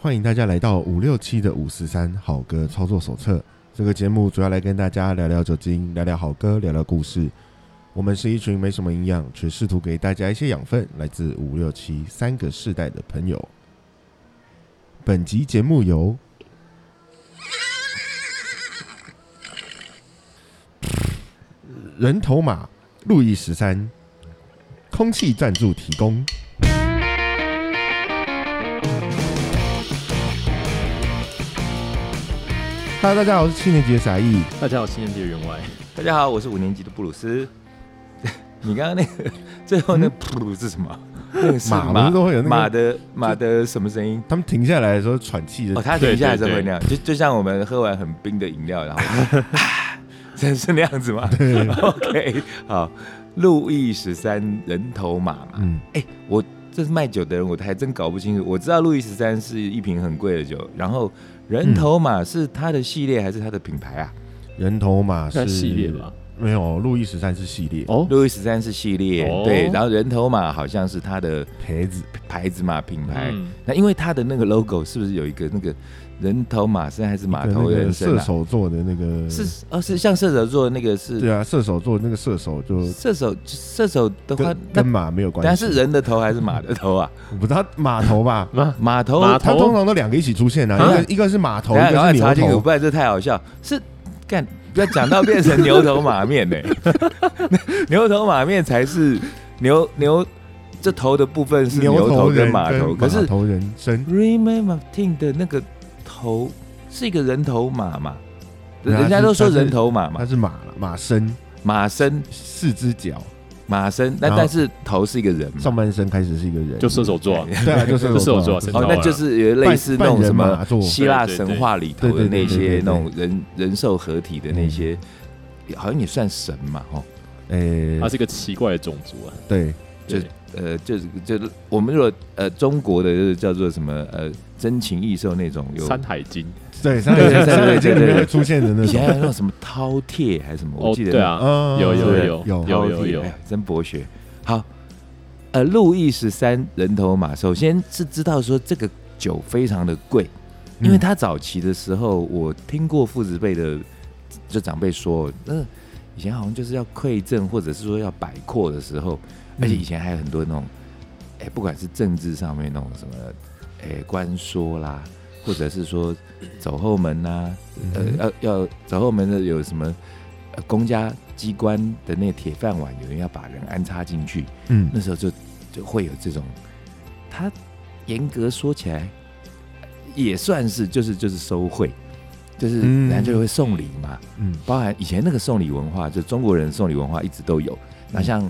欢迎大家来到五六七的五四三好歌操作手册。这个节目主要来跟大家聊聊酒精，聊聊好歌，聊聊故事。我们是一群没什么营养，却试图给大家一些养分，来自五六七三个世代的朋友。本集节目由人头马路易十三空气赞助提供。Hello，大家好，我是七年级的傻义。大家好，新年节员外，大家好，我是五年级的布鲁斯。 你刚刚那个最后那布鲁是什么？那个是嗯马不马是都会有那个马的马的什么声音？他们停下来的时候喘气的哦，，他停下来对对才会那样，就就像我们喝完很冰的饮料，然后 啊真是那样子吗 ？OK，好，路易十三人头马嘛，嗯，我这是卖酒的人，我还真搞不清楚。我知道路易十三是一瓶很贵的酒，然后人头马是它的系列还是它的品牌啊？嗯人头 马算是系列吧？没有，路易十三是系列，哦，路易十三是系列，哦对，然后人头马好像是它的牌子牌子嘛，品牌。嗯？那因为它的那个 logo 是不是有一个那个人头马身还是马的那头个人身射啊？手座的那个是哦，是像射手座那个是对啊，射手座那个射手就射手射手的话跟，那跟马没有关系，但是人的头还是马的头啊？我不知道马头吧那 马头，马他头通常都两个一起出现啊，啊一个一个是马头，等一下赶个是牛快查清楚，头不。然这太好笑。是干，不要讲到变成牛头马 面呢、牛头马面才是牛牛，这头的部分是牛头头跟人马头，可是马头人身 Remy Martin 的那个头是一个人头马嘛？对啊人家是都说它是人头马嘛它，是马了，马身马身四只脚，马身，那然后但是头是一个人嘛？上半身开始是一个人，就射手座啊，对啊，就就射手座啊就是真的哦，那就是有类似那半种人什马么座希腊神话里头的对对对那对对对些对那种人人兽合体的那些，好像也算神嘛，哦，诶啊他，是一个奇怪的种族啊，哎对，就对呃，就是就是我们如果呃中国的就是叫做什么呃真情异兽那种有《山海经》 对，三个对对三个对经对里面对会出现的那以前种，还有那种什么饕餮还是什么，我哦，记得对啊，嗯有有对有有有饕餮有有哎，真博学。好，呃，路易十三人头马，首先是知道说这个酒非常的贵，因为嗯他早期的时候，我听过父子辈的就长辈说，那、以前好像就是要馈赠，或者是说要摆阔的时候，嗯而且以前还有很多那种，哎、不管是政治上面那种什么，哎、官说啦，或者是说走后门呐、呃嗯，要要走后门的有什么、呃、公家机关的那个铁饭碗，有人要把人安插进去，嗯那时候就就会有这种，他严格说起来也算是就是就是收贿，就是嗯人家就会送礼嘛，嗯包含以前那个送礼文化，就中国人送礼文化一直都有。嗯那像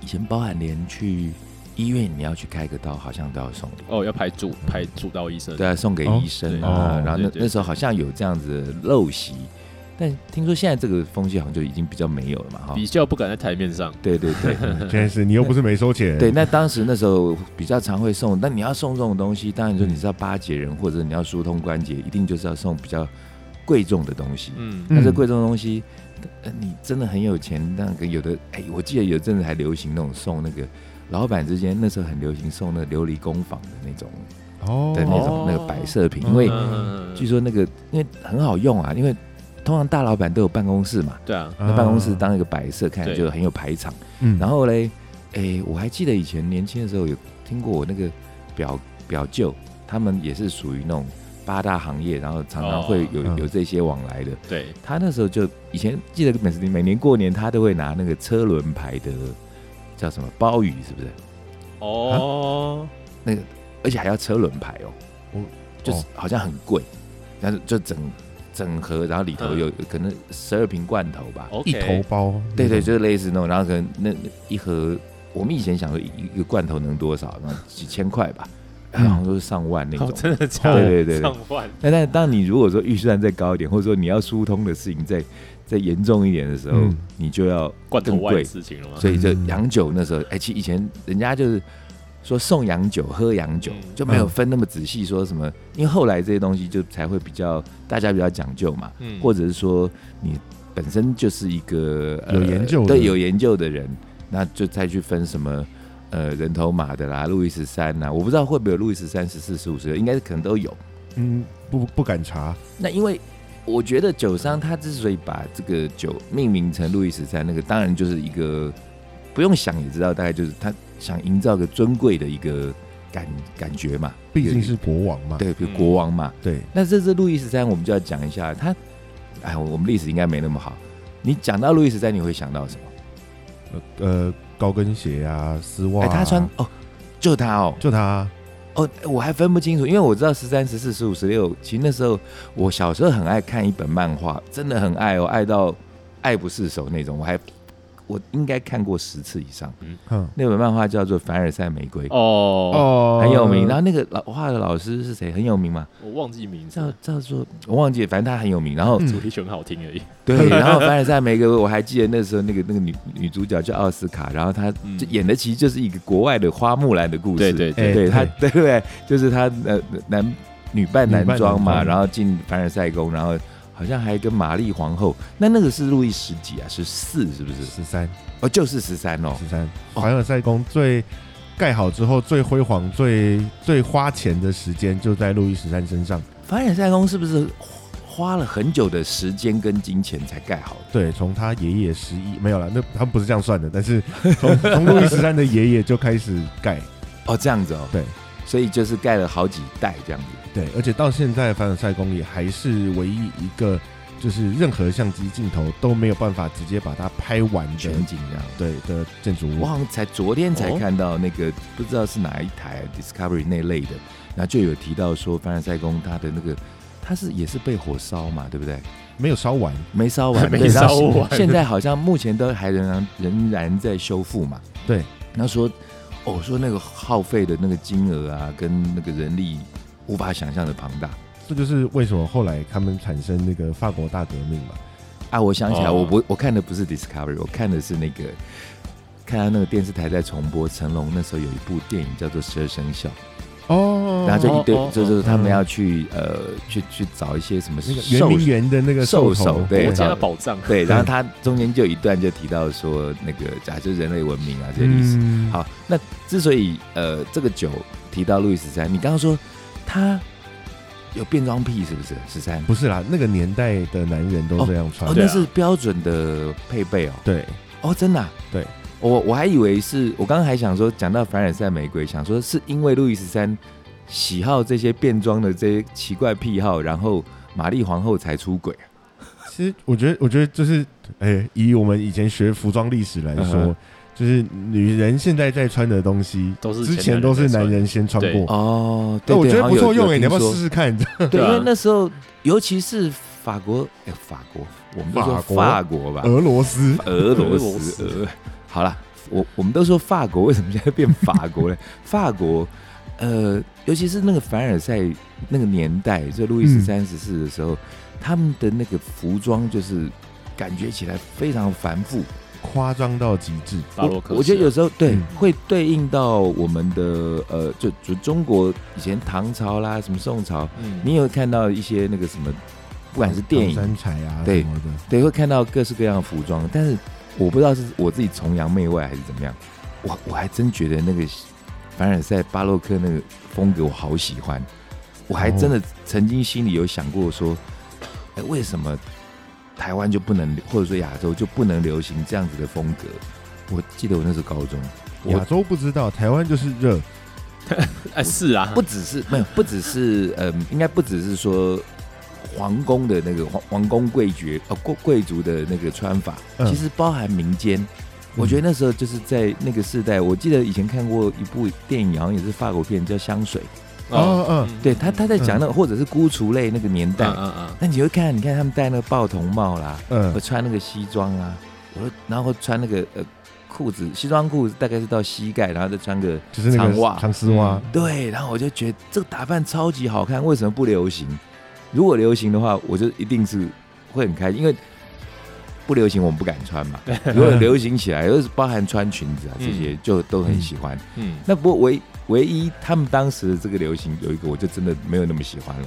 以前包含连去医院你要去开个刀，好像都要送礼。哦，要排主排主刀医生，对啊，送给医生啊。哦对哦然后那对对那时候好像有这样子的陋习，但听说现在这个风气好像就已经比较没有了嘛，哈。比较不敢在台面上，对对 对现在嗯是你又不是没收钱，对，那当时那时候比较常会送，那你要送这种东西，当然说你是要巴结人，或者你要疏通关节，一定就是要送比较贵重的东西。嗯，嗯那这贵重的东西，呃你真的很有钱，那个有的，哎、我记得有阵子还流行那种送那个老板之间，那时候很流行送那琉璃工坊的那种哦的那种、哦那个摆设品，嗯因为嗯据说那个因为很好用啊，因为通常大老板都有办公室嘛，对啊，那办公室当一个摆设，看起来对就很有排场。嗯然后嘞，诶，我还记得以前年轻的时候有听过我那个表表舅，他们也是属于那种八大行业，然后常常会哦有、嗯有这些往来的。对，他那时候就以前记得每次每年过年他都会拿那个车轮牌的叫什么包雨是不是？哦，而且还要车轮牌哦，哦就是哦好像很贵，但是就整整盒，然后里头有、嗯可能十二瓶罐头吧，一头包，对对，就是类似那种，然后可能那那一盒，我们以前想说一一个罐头能多少，然后几千块吧，嗯然后都是上万那种哦，。真的假的？对对对对上万，但但当你如果说预算再高一点，或者说你要疏通的事情再再严重一点的时候，嗯你就要罐头更外的贵。事情了吗？所以就嗯洋酒那时候，哎、其实以前人家就是说送洋酒、喝洋酒，嗯就没有嗯分那么仔细说什么，因为后来这些东西就才会比较大家比较讲究嘛。嗯或者是说你本身就是一个、呃有研究的对有研究的人，那就再去分什么呃人头马的啦，路易十三啊呐，我不知道会不会有路易十三、十四、十五、十六，应该是可能都有。嗯，不不敢查，那因为我觉得酒商他之所以把这个酒命名成路易十三，那个当然就是一个不用想也知道，大概就是他想营造个尊贵的一个感感觉嘛，嗯毕竟是国王嘛。对，比如国王嘛。对，那这次路易十三，我们就要讲一下他，哎，我们历史应该没那么好。你讲到路易十三，你会想到什么？呃，高跟鞋啊，丝袜、哎，啊他穿哦，就他哦，就他啊哦，我还分不清楚，因为我知道十三、十四、十五、十六。其实那时候我小时候很爱看一本漫画，真的很爱哦，爱到爱不释手那种。我还我应该看过十次以上。哼那本漫画叫做《凡尔赛玫瑰》，哦，哦很有名。然后那个老画的老师是谁？很有名嘛？我忘记名字叫了，叫做我忘记了，反正他很有名。然后、嗯主题曲很好听而已。对，然后《凡尔赛玫瑰》，我还记得那时候那个那个女女主角叫奥斯卡，然后她嗯就演的其实就是一个国外的花木兰的故事。对对哎对，对对 他，对不对？就是他呃男女扮男装女扮男嘛，装然后进凡尔赛宫，然后好像还跟玛丽皇后。那那个是路易十几啊？十四是不是？十三哦，就是十三哦。十三，哦凡尔赛宫最盖好之后最辉煌、最最花钱的时间就在路易十三身上。凡尔赛宫是不是花了很久的时间跟金钱才盖好的？对，从他爷爷十一没有了，那他们不是这样算的，但是从从路易十三的爷爷就开始盖，哦，这样子哦。对，所以就是盖了好几代这样子。对，而且到现在凡尔赛宫也还是唯一一个，就是任何相机镜头都没有办法直接把它拍完的，全景这样。对的建筑我物。好像才昨天才哦看到那个、不知道是哪一台、Discovery 啊那类的，然后就有提到说凡尔赛宫它的那个它是也是被火烧嘛，对不对？没有烧完，没烧完，没对然后烧完现现在好像目前都还仍然仍然在修复嘛。对，然后说，哦，说那个耗费的那个金额啊，跟那个人力无法想象的庞大这就是为什么后来他们产生那个法国大革命嘛。啊！我想起来，哦我不我看的不是 Discovery，我看的是那个。看到那个电视台在重播成龙那时候有一部电影叫做《十二生肖》，哦然后就一哦哦堆，就是哦他们要去呃去去找一些什么那个兽圆明园的那个兽头首对国我知家道的宝藏。对，然后他中间就有一段就提到说那个假设人类文明啊这些历史。嗯好，那之所以呃这个酒提到路易十三，你刚刚说他有变装癖是不是？十三不是啦，那个年代的男人都这样穿哦，，对那啊是标准的配备哦。对，哦，真的、啊？对，我我还以为是我刚刚还想说讲到凡尔赛玫瑰，想说是因为路易十三喜好这些变装的这些奇怪癖好，然后玛丽皇后才出轨。其实我觉得，我觉得就是，哎、以我们以前学服装历史来说，嗯哼就是女人现在在穿的东西，都是之前前男都是在男穿人先穿对过。哦，对但我对觉得好不像错有用哎、有你要不要听说试试看？对，对啊因为那时候尤其是法国，哎，法国，我们都说法国法国吧，俄罗斯俄罗俄罗斯，斯俄。好了，我我们都说法国，为什么现在变法国 呢？法国，呃，尤其是那个凡尔赛那个年代，就路易嗯十三十四的时候，他们的那个服装就是感觉起来非常繁复。夸张到极致，巴洛克式啊，我我觉得有时候对、嗯会对应到我们的呃，就就中国以前唐朝啦，什么宋朝，嗯你有看到一些那个什么，不管是电影唐三彩啊对什么的，对，会看到各式各样的服装，但是我不知道是我自己崇洋媚外还是怎么样，我我还真觉得那个凡尔赛巴洛克那个风格我好喜欢，我还真的哦曾经心里有想过说，哎、为什么台湾就不能，或者说亚洲就不能流行这样子的风格？我记得我那时候高中，我亚洲不知道，台湾就是热，哎是啊，不只是没有，不只是嗯、应该不只是说皇宫的那个皇皇宫贵爵哦贵贵族的那个穿法，嗯其实包含民间。我觉得那时候就是在那个时代，我记得以前看过一部电影，好像也是法国片，叫《香水》。哦哦嗯对他，他在讲那个，或者是孤雏类那个年代。嗯嗯那你会看，你看他们戴那个报童帽啦，嗯我，穿那个西装啊，我然后穿那个呃裤子，西装裤大概是到膝盖，然后再穿个就是那长袜嗯个长丝袜，对，然后我就觉得这个打扮超级好看，为什么不流行？如果流行的话，我就一定是会很开心，因为不流行我们不敢穿嘛。如果流行起来，又是包含穿裙子啊这些，嗯就都很喜欢。嗯那不过唯唯一他们当时的这个流行有一个，我就真的没有那么喜欢了，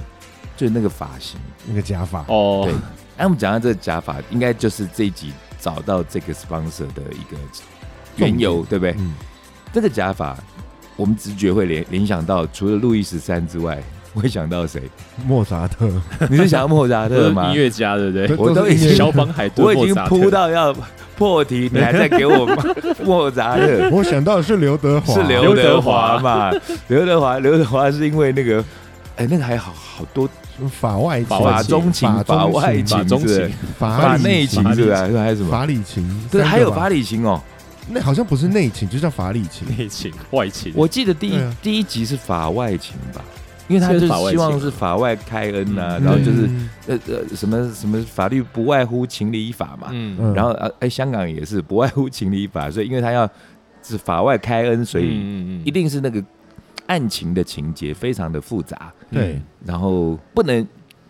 就是那个发型。那个假发，哦对，那我们讲到这个假发，应该就是这一集找到这个 sponsor 的一个缘由，对不对？嗯，这个假发，我们直觉会联联想到，除了路易十三之外，会想到谁？莫扎特，你是想到莫扎都特是吗音？乐家，对不 对？ 对我都是已音乐经小邦海顿，我已经莫扎特扑，到要破题，你还在给我 莫扎特？我想到的是刘德华，是刘刘德德华华嘛？ 刘德华，刘德华是因为那个，哎，那个还好好多法外情法外法中情、法中法外情法情、中 是情，法法理内情法，是不内是？还有什么？法理情，对，三个还有吧法理情哦。那好像不是内情，就叫法理情。内情、外情，我记得第一对啊第一集是法外情吧，因为他就是是法外希望情是法外开恩呐、嗯然后就是嗯呃呃什么什么法律不外乎情理法嘛，嗯嗯然后呃哎香港也是不外乎情理法，所以因为他要是法外开恩，所以嗯一定是那个案情的情节非常的复杂，对，然后不能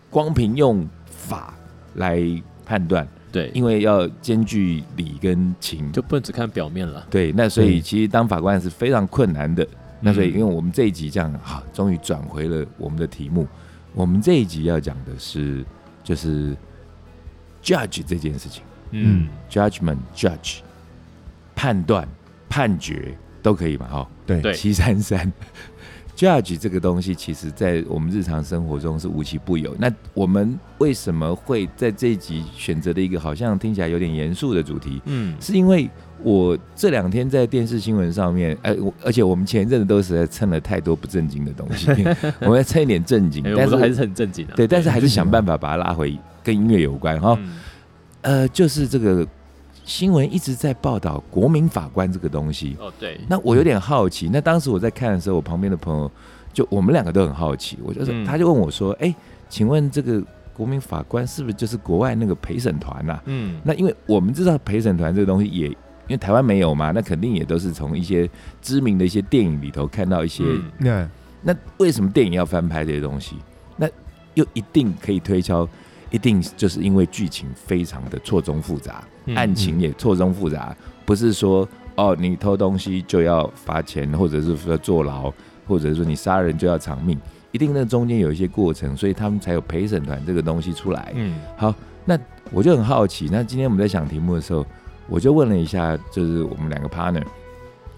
光凭用法来判断，对，因为要兼具理跟情。就不能只看表面了。对，那所以嗯其实当法官是非常困难的。那所以，嗯因为我们这一集这样好，终于转回了我们的题目。我们这一集要讲的是，就是 judge 这件事情嗯，judgment judge 判断、判决都可以嘛？哈、对对七三三 judge 这个东西，其实在我们日常生活中是无奇不有。那我们为什么会在这一集选择的一个好像听起来有点严肃的主题？嗯是因为我这两天在电视新闻上面，呃，我而且我们前一阵子都实在蹭了太多不正经的东 西，我们要蹭一点正经哎，，我但们是都还是很正经的。啊对，但是还是想办法把它拉回跟音乐有关哈。嗯呃，就是这个新闻一直在报道国民法官这个东西，哦，对，那我有点好奇。那当时我在看的时候，我旁边的朋友就我们两个都很好奇，我就是、嗯他就问我说：“哎、请问这个国民法官是不是就是国外那个陪审团呐、嗯，那因为我们知道陪审团这个东西也，因为台湾没有嘛，那肯定也都是从一些知名的一些电影里头看到一些。嗯那那为什么电影要翻拍这些东西？那又一定可以推敲，一定就是因为剧情非常的错综复杂，嗯案情也错综复杂，不是说哦你偷东西就要罚钱，或者是说坐牢，或者说你杀人就要偿命，一定那中间有一些过程，所以他们才有陪审团这个东西出来。嗯好，那我就很好奇，那今天我们在想题目的时候，我就问了一下，就是我们两个 partner，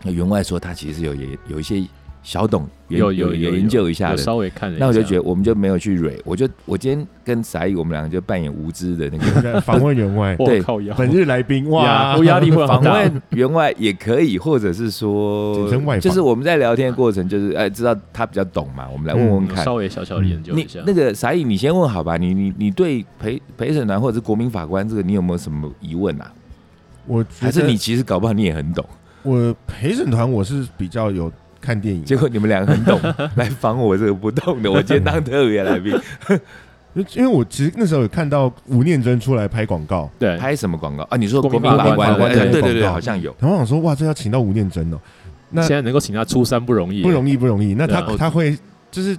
那员外说他其实有也有一些小懂，研有有有研究一下有的。稍微看了一下，那我就觉得我们就没有去蕊，我就我今天跟傻义我们两个就扮演无知 的那个访问员外，我对靠腰，本日来宾呀哇，我压力会访很大。问员外也可以，或者是简说称外，访就是我们在聊天的过程，就是哎知道他比较懂嘛，我们来问问嗯看。嗯稍微小小的研究你一下。那个傻义，你先问好吧，你你你对陪陪审团或者是国民法官这个，你有没有什么疑问啊？ 我觉还是得你其实搞不好你也很懂，我陪审团我是比较有看电影，结果你们两个很懂，来防我这个不懂的。我今天当特别来宾，因为因为我其实那时候有看到吴念真出来拍广告，对，拍什么广告啊？你说国国民民法法官官的？哎对对对广对，告好像有。然后我想说哇，这要请到吴念真哦，那现在能够请他出山不容易，不容易不容易。那他对啊他会就是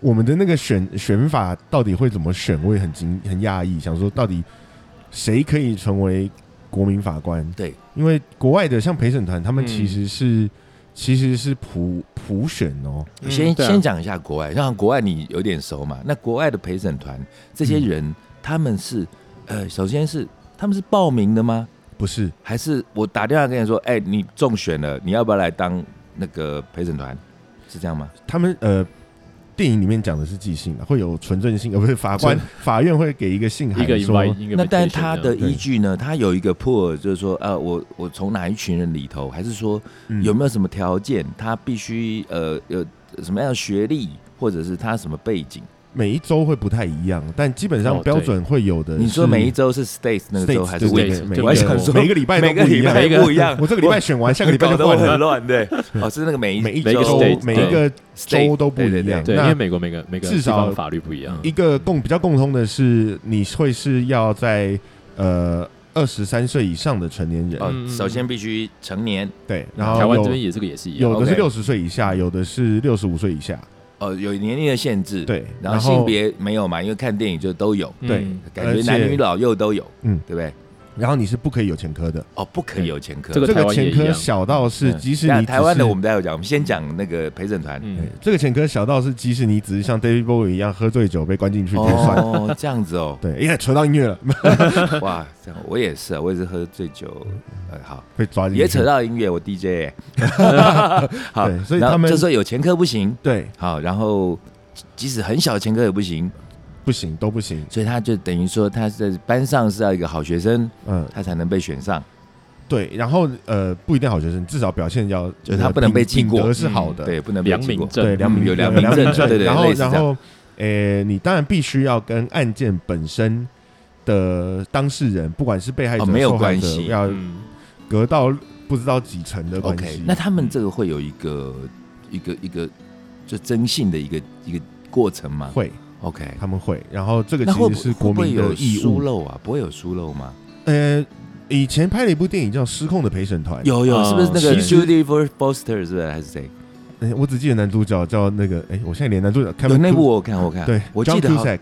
我们的那个选选法到底会怎么选，我也很惊很讶异，想说到底谁可以成为国民法官？对，因为国外的像陪审团，他们嗯其实是、其实是普普选哦，嗯先对啊先讲一下国外，让国外你有点熟嘛。那国外的陪审团这嗯些人，他们是呃，首先是他们是报名的吗？不是还是我打电话跟你说，哎，你中选了，你要不要来当那个陪审团？是这样吗？他们呃。电影里面讲的是即兴啊，会有纯正性，呃，不是法官法院会给一个信函一个说 invite，一个那但 invitation 是他对的依据呢？他有一个 pool，就是说，呃，我我从哪一群人里头，还是说嗯有没有什么条件？他必须呃有什么样的学历，或者是他什么背景？每一周会不太一样，但基本上哦对标准会有呃的是 states。你说每一周是 states 那个州还是对 week？对 week？每一我还个想说每个礼拜每都个不一礼样拜每个不一样。我这个礼拜选 完，下个礼拜搞就得我换很了。乱，对。 哦，是那个每一每一每一个周 state，每一个州都不一样。嗯对，因为那美国每个每个至少地方法律不一样，一个共比较共通的是，你会是要在呃二十三岁以上的成年人，哦嗯，首先必须成年。对，然台后湾这边有也这个也是一样，有的是 OK 六十岁以下，有的是六十五岁以下，哦，有年龄的限制。。对，然后性别没有嘛？因为看电影就都有，嗯对感觉而且男女老幼都有。嗯嗯，对不对？然后你是不可以有前科的。哦，不可以有前科。这个这台个湾也前一科样小到是，嗯即使等你只下台湾的是我们待会讲，我们先讲那个 陪审团。哎嗯，这个前科小到是，即使你只是像 David Bowie 一样喝醉酒被关进去就算了。哦，这样子 ，哦对，因为扯到音乐了，哇，这样我也是啊，我也是喝醉酒，呃，好，被抓进去。也扯到音乐，我 DJ，欸好对，所以然后他们就说有前科不行，对，好，然后即即使很小的前科也不行，不行都不行。所以他就等于说他在班上是要一个好学生，嗯，他才能被选上，对。然后呃，不一定好学生，至少表现要呃就是他不能被记品过嗯德是好的。对，不能被良记过民，证，对良民有良良民证证，对对然后类似这然样后，呃，你当然必须要跟案件本身的当事人，不管是被害者、哦没有受害者关系要嗯，隔到不知道几层的关 OK，系。那他们这个会有一个一个一个就征信的一个一个过程吗会， ？OK，他们会。然后这个那会其不实是会国不会民的有义疏务。漏啊？不会有疏漏吗？呃，以前拍了一部电影叫《失控的陪审团》，有有，呃哦是不是那其个实 Judy Fo- Foster 是不是还是谁？呃我只记得男主角叫那个，哎，我现在连男主角看有那部我看我看，对，哎我记得 John 好 Cusack，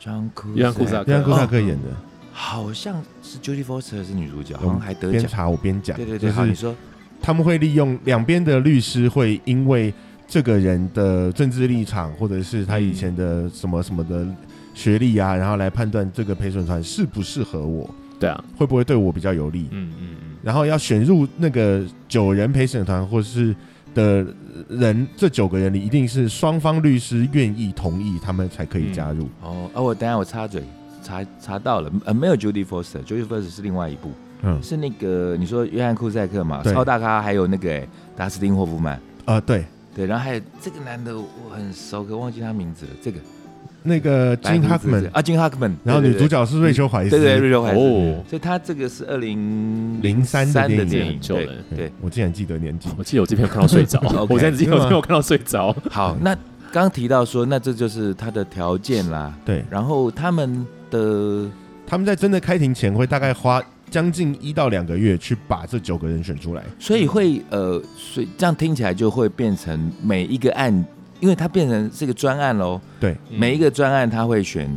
John Cusack，约翰库萨克约翰·库萨克哦演的，好像是 Judy Foster 是女主角，我好们像还得边奖。查我边讲，嗯对对就对，好，是你说他们会利用两边的律师会因为这个人的政治立场，或者是他以前的什么什么的学历啊，然后来判断这个陪审团适不适合我，对啊，会不会对我比较有利。嗯嗯嗯，然后要选入那个九人陪审团或是的人，这九个人里一定是双方律师愿意同意，他们才可以加入。哦，哦，我等一下我插嘴，查查到了，呃，没有 Judy Foster，Judy Foster 是另外一部，嗯，是那个你说约翰库塞克嘛，对超大咖，还有那个哎达斯汀霍夫曼，啊，对，对，然后还有这个男的我很熟，可忘记他名字了，这个那个金哈白胡克子的曼，啊，金哈克曼，然后对女主，角是瑞秋怀斯，对对对对，瑞秋怀斯，哦，所以他这个是二零03的电的影这也电很影，久对了。对对。嗯哦我竟然记得年纪。我记得我这篇有看到睡 着 OK，，我现在记得我这篇有看到睡着，好，那刚提到说，那这就是他的条件啦，对，然后他们的他们在真的开庭前会大概花将近一到两个月去把这九个人选出来。所以会呃，所以这样听起来就会变成每一个案，因为它变成是一个专案喽。嗯每一个专案他会选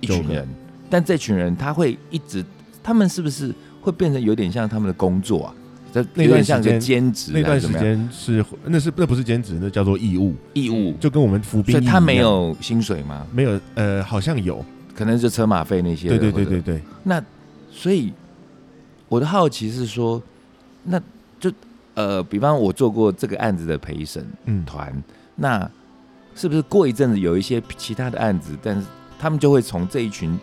一九群个人，但这群人他会一直，他们是不是会变成有点像他们的工作啊？这那有段点时间像个兼职那还段是时怎么样间是那是那不是兼职，那叫做义务，义务，就跟我们服兵役啊所以一样。他没有薪水吗？没有呃，好像有，可能就车马费那些的。对对对或对者对，那所以我的好奇是说，那就呃，比方我做过这个案子的陪审，嗯，团，那是不是过一阵子有一些其他的案子，但是他们就会从这一群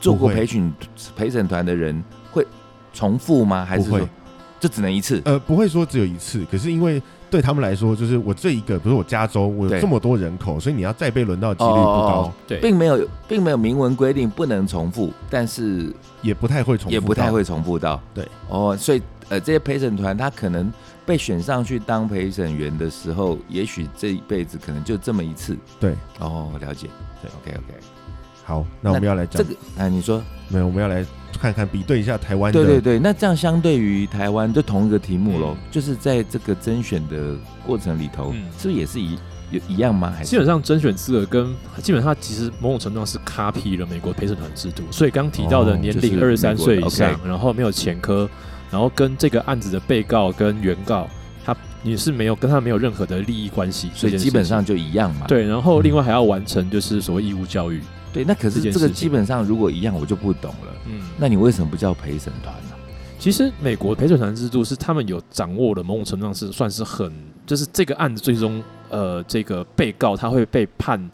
做过不会陪审陪审团的人会重复吗？还是不会说就只能一次？呃，不会说只有一次，可是因为对他们来说，就是我这一个，比如我加州，我有对这么多人口，所以你要再被轮到的几率不高，哦对，并没有，并没有明文规定不能重复，但是也不太会重复，也不太。会重复到。对，哦，所以呃，这些陪审团他可能被选上去当陪审员的时候，也许这一辈子可能就这么一次。对，哦，了解。对 o k OK，好，那我们要来这讲，个啊，你说没有，我们要来看看比对一下台湾的，对对对，那这样相对于台湾就同一个题目喽，就是在这个甄选的过程里头，嗯是不是也是一有一样吗？还基是本上甄选资格跟基本上它其实某种程度上是 copy 了美国陪审团制度，所以刚提到的哦年就是龄美二十国的三岁以上， OK 然后没有前科，然后跟这个案子的被告跟原告，他你是没有跟他没有任何的利益关系，所以这件事基本上情就一样嘛？对，然后另外还要完成就是所谓义务教育，对，那可是这件这个事情基本上如果一样，我就不懂了。嗯，那你为什么不叫陪审团呢？其实美国陪审团制度是他们有掌握的某种程度上是算是很，就是这个案子最终呃这个被告他会被判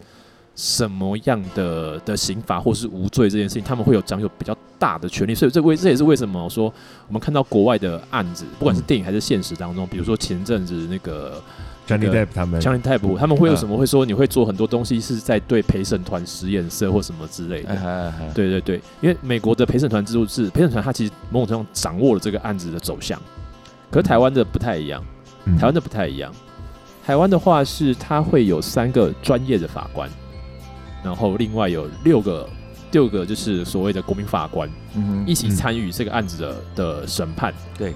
什么样的的刑罚或是无罪这件事情，他们会有掌有比较大的权利，所以这为这也是为什么说我们看到国外的案子，不管是电影还是现实当中，比如说前阵子那个，Johnny 这个 Depp 他们，强尼泰普，他们会有什么会说你会做很多东西是在对陪审团使眼色或什么之类的哎。哎哎哎对对对，因为美国的陪审团制度是陪审团，它其实某种程度上掌握了这个案子的走向，可是台湾的不太一样，嗯台湾的不太一样。台湾的话是它会有三个专业的法官，然后另外有六个六个就是所谓的国民法官嗯哼一起参与这个案子的的审判。对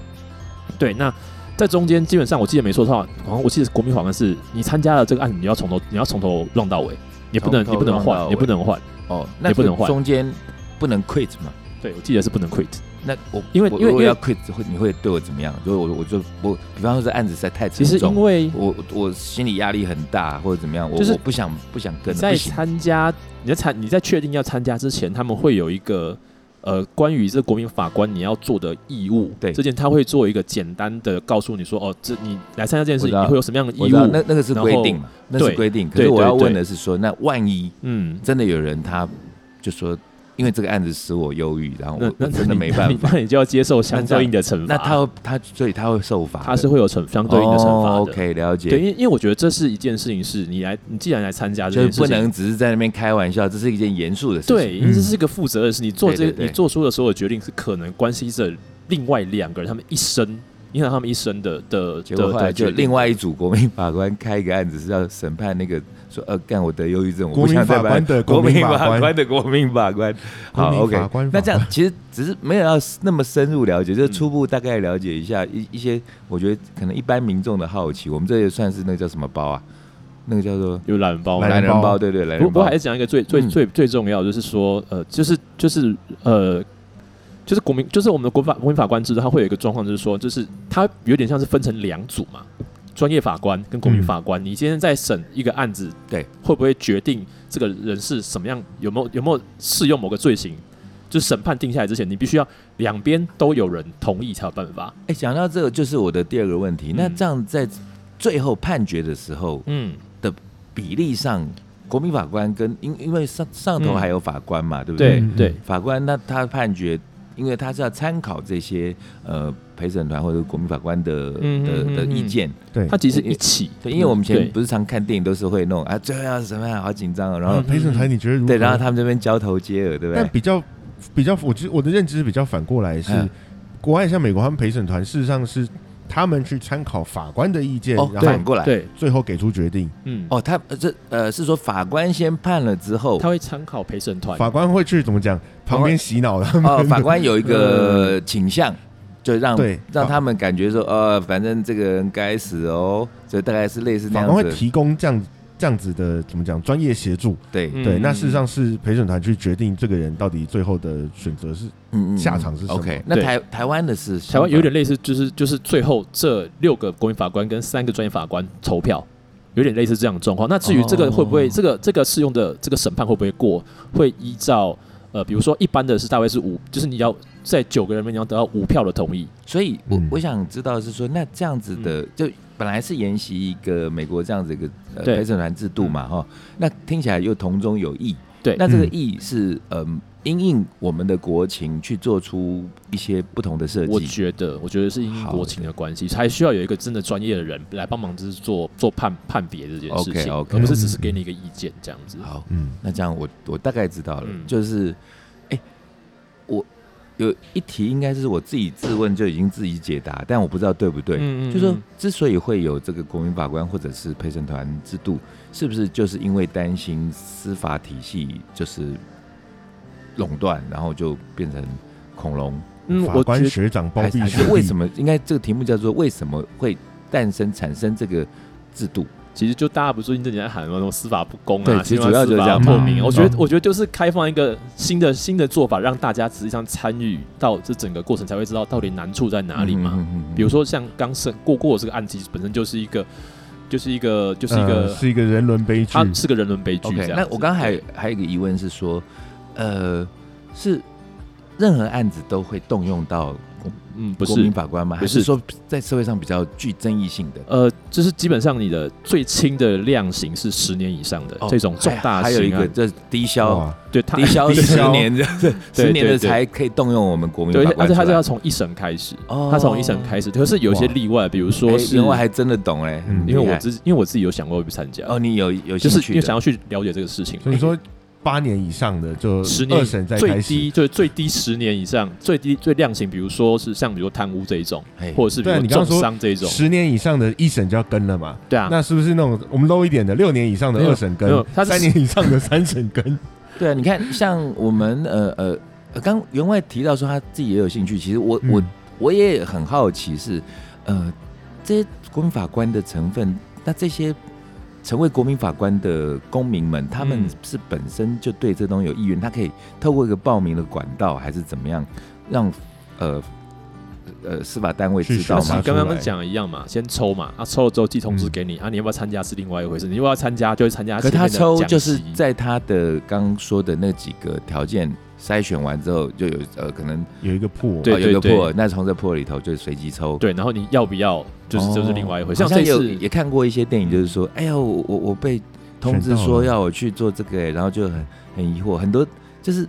对，那在中间基本上我记得没错的话，好像我记得国民法官是你参加了这个案子，你要从头你要从头弄到尾，你不能从你头不能弄到换，你不尾能换。哦，那也不能就换中间不能 quit 嘛？对，我记得是不能 quit。那我因为我因为如果因为要 quit，会你会对我怎么样？就是我我就我，比方说这案子实在太其沉实因重，为我我心理压力很大，或者怎么样，我、就是我不想不想你跟了，在不行。参加，你在参你在确定要参加之前，他们会有一个呃关于这国民法官你要做的义务，对这件他会做一个简单的告诉你说，哦，这你来参加这件事我知情，道你会有什么样的我义知道那务？那个是然规后定嘛，那是对规定。可对是我对要对问的是说，那万一嗯，真的有人他就说，因为这个案子使我忧郁，然后那我那我哦真的你没办法，那你，那你就要接受相对应的惩罚。那他会他所以他会受罚的，他是会有惩相对应的惩罚哦的。 OK，了解。对，因为因为我觉得这是一件事情，是你来，你既然来参加这就件是事不情，能只是在那边开玩笑，这是一件严肃的事情。嗯对，因为这是一个负责的事。你做这对对对你做出的所有决定是可能关系着另外两个人，他们一生影响他们一生的的结果的后来的就决定另外一组国民法官开一个案子，是要审判那个说呃，干我得忧郁症，我国不民想再法官办的国国民民法法官官的国民法官。好国民法，OK，官那法这样官其实只是没有要那么深入了解，就是嗯初步大概了解一下一一些，我觉得可能一般民众的好奇，我们这也算是那个叫什么包啊？那个叫做有懒人包嘛懒。人包人包，对对，懒不人不过包还。是讲一个最最哎嗯最最重要的，就是说，呃，就是就是呃，就是国民，就是我们的国法国民法官制度，它会有一个状况，就是说，就是它有点像是分成两组嘛，专业法官跟国民法官。你今天在审一个案子，嗯对，会不会决定这个人是什么样，有没有有没有适用某个罪行？就是审判定下来之前，你必须要两边都有人同意才有办法。哎，讲到这个就是我的第二个问题，那嗯这样在最后判决的时候，嗯，比例上，国民法官跟因因为上上头嗯还有法官嘛，对不对？对嗯对，法官那他判决，因为他是要参考这些呃陪审团或者国民法官的嗯的嗯嗯的嗯意见。对它，其实是一起，对，因为我们嗯以前对不是常看电影都是会弄啊，最后要什么样，好紧张哦，然后嗯陪审团你觉得如何？对，然后他们这边交头接耳，对不但对？比较比较，我其实我的认知是比较反过来是嗯，国外像美国他们陪审团事实上是他们去参考法官的意见哦，然反后过来对，最后给出决定。嗯，哦，他呃这呃是说法官先判了之后他，会参考陪审团。法官会去怎么讲？旁边洗脑他们。嗯哦，法官有一个倾向，就 让对让法他们感觉说，呃，反正这个人该死哦，就大概是类似那法样官会子。提供这样这样子的怎么讲专业协助。对，嗯对，那事实上是陪审团去决定这个人到底最后的选择是嗯嗯下场是什么 OK，那对台台湾的是台湾有点类似，就是就是最后这六个国民法官跟三个专业法官投票，有点类似这样的状况。那至于这个会不会、哦这个这个适用的这个审判会不会过，会依照呃，比如说一般的是大概是五，就是你要在九个人里面你要得到五票的同意。所以我嗯我想知道是说，那这样子的就本来是沿袭一个美国这样子一个呃对陪审团制度嘛，哈，那听起来又同中有异。对那这个嗯异是嗯，因应我们的国情去做出一些不同的设我计。觉得，我觉得是因好国情的关系，才需要有一个真的专业的人来帮忙，就是做做判判别这件事情 OK，OK 而不是只是给你一个意见这样子。好，嗯，那这样我我大概知道了，嗯就是，哎、我有一题应该是我自己自问就已经自己解答，但我不知道对不对。嗯嗯就说嗯之所以会有这个国民法官或者是陪审团制度，是不是就是因为担心司法体系就是垄断，然后就变成恐龙？嗯，法我觉官得学长包还庇还学是弟为什么？应该这个题目叫做为什么会诞生产生这个制度？其实就大家不是最近这几年喊什么司法不公啊，对其实希望主要司就是法这样透嘛明。嗯我觉嗯得，我觉得就是开放一个新的新的做法，让大家实际上参与到这整个过程，才会知道到底难处在哪里嘛。嗯？嗯嗯嗯比如说像刚审过过的这个案子，本身就是一个，就是一个，就是一呃个，是一个人伦悲剧它。是个人伦悲剧 OK，这样子。那我刚才还有对还有一个疑问是说，呃，是任何案子都会动用到国嗯，不国民是。法官吗？不还是是说在社会上比较具争议性的？呃，就是基本上你的最轻的量刑是十年以上的、哦这种重大刑案，还有一个这低消，哇，对它低 消低十消年的，十年的才可以动用我们国民对法，而官且它出是来。要从一审开始，哦它从一审开始，可是有一些哇例外，比如哎说是因为还真的懂嘞，嗯因为厉我害自己因为我自己有想过要去参加，哦，你有有就兴是趣因为的想要去了解这个事情。所以说八年以上的就十年二审再最开始。低就是最低十年以上，最低最量刑，比如说是像比如贪污这一种，哎或者是比对啊如你刚重刚说伤这一种，十年以上的一审就要跟了嘛？对啊，那是不是那种我们 low 一点的六年以上的没有二审跟没有它，是三年以上的 三审跟？对啊，你看，像我们呃呃呃，刚员外提到说他自己也有兴趣，其实我、我嗯我也很好奇是，呃，这些国民法官的成分，那这些成为国民法官的公民们，他们嗯是本身就对这东西有意愿，他可以透过一个报名的管道，还是怎么样，让呃呃司法单位去知道巡查拿吗你？出刚来嗯刚讲的一样嘛，先抽嘛，啊抽了之后寄通知给你，啊你要不要参加是另外一回事，你如果要参加就会参加可前他面的讲习。抽就是在他的刚刚说的那几个条件筛选完之后，就有呃可能有一个破，对哦有一个对破，那从这破里头就随机抽。哦对，然后你要不要就是就是另外一回事。好像这像也有次也看过一些电影，就是说，哎呀，我我我被通知选到说了要我去做这个、哎然后就很很疑惑，很多就是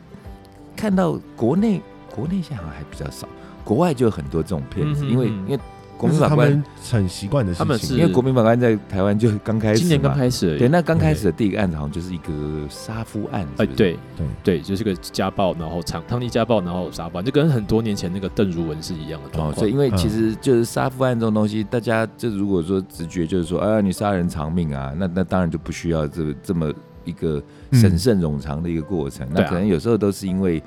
看到国内国内现在好像还比较少，国外就有很多这种片子，嗯哼因为嗯因为国那民是法他官，们很习惯的事情。他们是因为国民法官在台湾就刚开始嘛，今年刚开始而已，对，那刚开始的第一个案子好像就是一个杀夫案，哎是不是，对对对，就是个家暴，然后长汤尼家暴，然后杀暴，就跟很多年前那个邓如文是一样的状哦，况。所以因为嗯其实就是杀夫案这种东西，大家就如果说直觉就是说，啊，你杀人偿命啊，那那当然就不需要这这么一个审慎冗长的一个过程。那嗯对啊可能有时候都是因为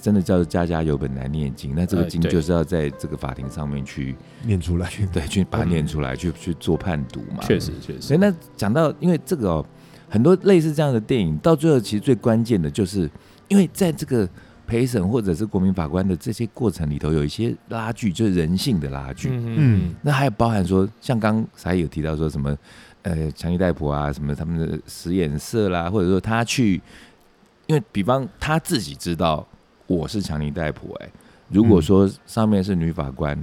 真的叫做家家有本难念经，那这个呃经对就是要在这个法庭上面去念出来，对去把它念出来，去去做判读嘛。嗯确实确所实以，哎那讲到，因为这个哦，很多类似这样的电影，到最后其实最关键的就是，因为在这个陪审或者是国民法官的这些过程里头，有一些拉锯，就是人性的拉锯。嗯嗯那还有包含说，像刚才有提到说什么，呃，强尼戴普啊，什么他们的使眼色啦，或者说他去，因为比方他自己知道我是强尼戴普、哎，如果说上面是女法官，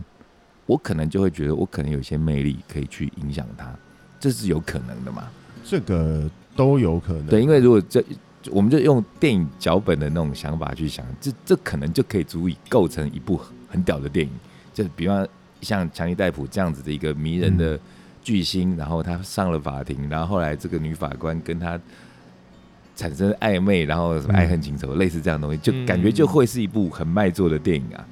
我可能就会觉得我可能有一些魅力可以去影响他，这是有可能的嘛？这个都有可能。对，因为如果这我们就用电影脚本的那种想法去想，这这可能就可以足以构成一部很很屌的电影。就比方像强尼戴普这样子的一个迷人嗯的巨星，然后他上了法庭，然后后来这个女法官跟他产生暧昧，然后什嗯么爱恨情仇，类似这样的东西，就感觉就会是一部很卖座的电影啊。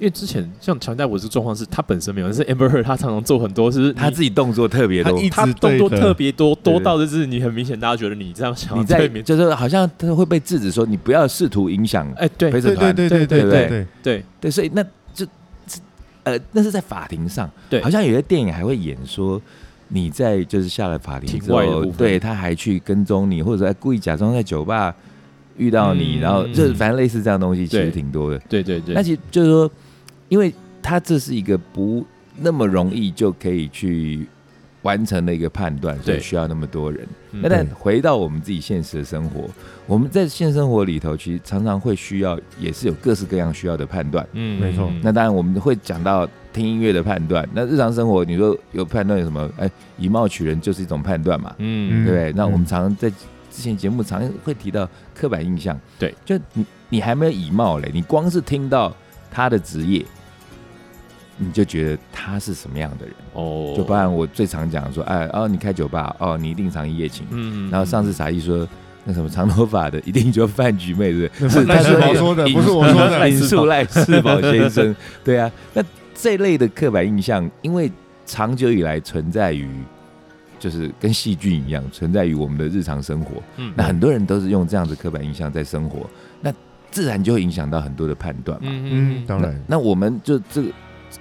因为之前像强代我这个状况是，他本身没有，但是 Amber Heard 他常常做很多，就是他你自己动作特别他多，一他直动对作着特别多，对多到就是你很明显，大家觉得你这样想要你哦在对面就是好像他会被制止说你不要试图影响哎对陪审对团对，对对对对对对，对对，所以那就这呃，那是在法庭上，对好像有些电影还会演说你在就是下了法庭之庭外的后部，分对他还去跟踪你，或者还故意假装在酒吧遇到你，嗯然后就是反正类似这样的东西，其实对挺多的。对对那对，其实就是说，因为他这是一个不那么容易就可以去完成的一个判断，所以对需要那么多人。嗯那但回到我们自己现实的生活，我们在现实生活里头，其实常常会需要，也是有各式各样需要的判断。嗯没错那当然我们会讲到听音乐的判断。那日常生活，你说有判断有什么？哎，以貌取人就是一种判断嘛，嗯对不对？那我们嗯常常在之前节目常会提到刻板印象，对，就你你还没有以貌嘞，你光是听到他的职业，你就觉得他是什么样的人。哦，就包含我最常讲说，哎哦，你开酒吧，哦，你一定常一夜情。嗯然后上次傻一说。那什么长头发的一定就饭局妹，对不 对？那是赖世他宝说的引不是我说的引述 赖世宝先生，对啊。那这类的刻板印象，因为长久以来存在于，就是跟细菌一样存在于我们的日常生活。嗯那很多人都是用这样的刻板印象在生活，那自然就会影响到很多的判断嘛。嗯，当然，那我们就这个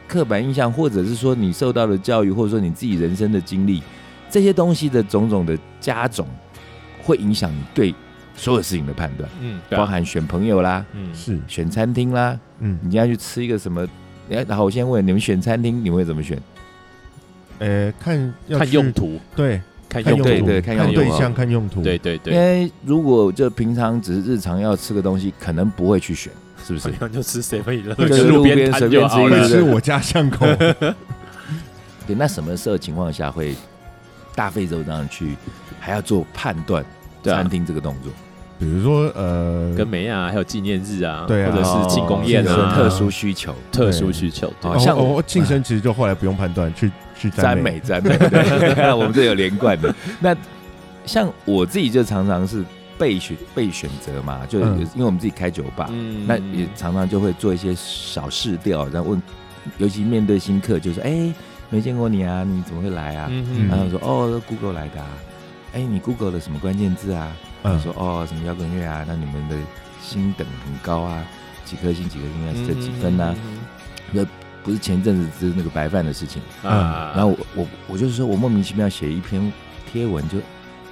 刻板印象，或者是说你受到的教育，或者说你自己人生的经历，这些东西的种种的加总，会影响你对所有事情的判断，嗯，对包啊，含选朋友啦、嗯是选餐厅啦，嗯，你要去吃一个什么。哎，好，我先问你们选餐厅，你们会怎么选？呃，看要看去用途，对看看用用途，途对对看看用途对象看用途，对对因对，为如果就平常只是日常要吃个东西，可能不会去选，是不是你？们就吃 seven 就是路路边边随摊便就好吃一会个了，吃我家巷口，对，那什么时候情况下会大费周章地去，还要做判断对啊餐厅这个动作？比如说呃，跟梅啊，还有纪念日啊，对啊或者是庆功宴哦有是啊，特殊需求，特殊需求，对哦哦像我哦庆生，其实就后来不用判断，去去赞赞美赞美， 对我们这有连贯的。那像我自己就常常是被选被选择嘛，就嗯因为我们自己开酒吧，嗯那也常常就会做一些小试调，然后问，尤其面对新客，就是哎、没见过你啊，你怎么会来啊？嗯然嗯后说哦，Google 来的啊，哎、你 Google 的什么关键字啊？嗯说哦，什么摇滚乐啊，那你们的星等很高啊，几颗星几颗星啊，嗯这几分啊？不是前阵子就是那个白饭的事情，嗯啊，然后我我我就是说我莫名其妙写一篇贴文，就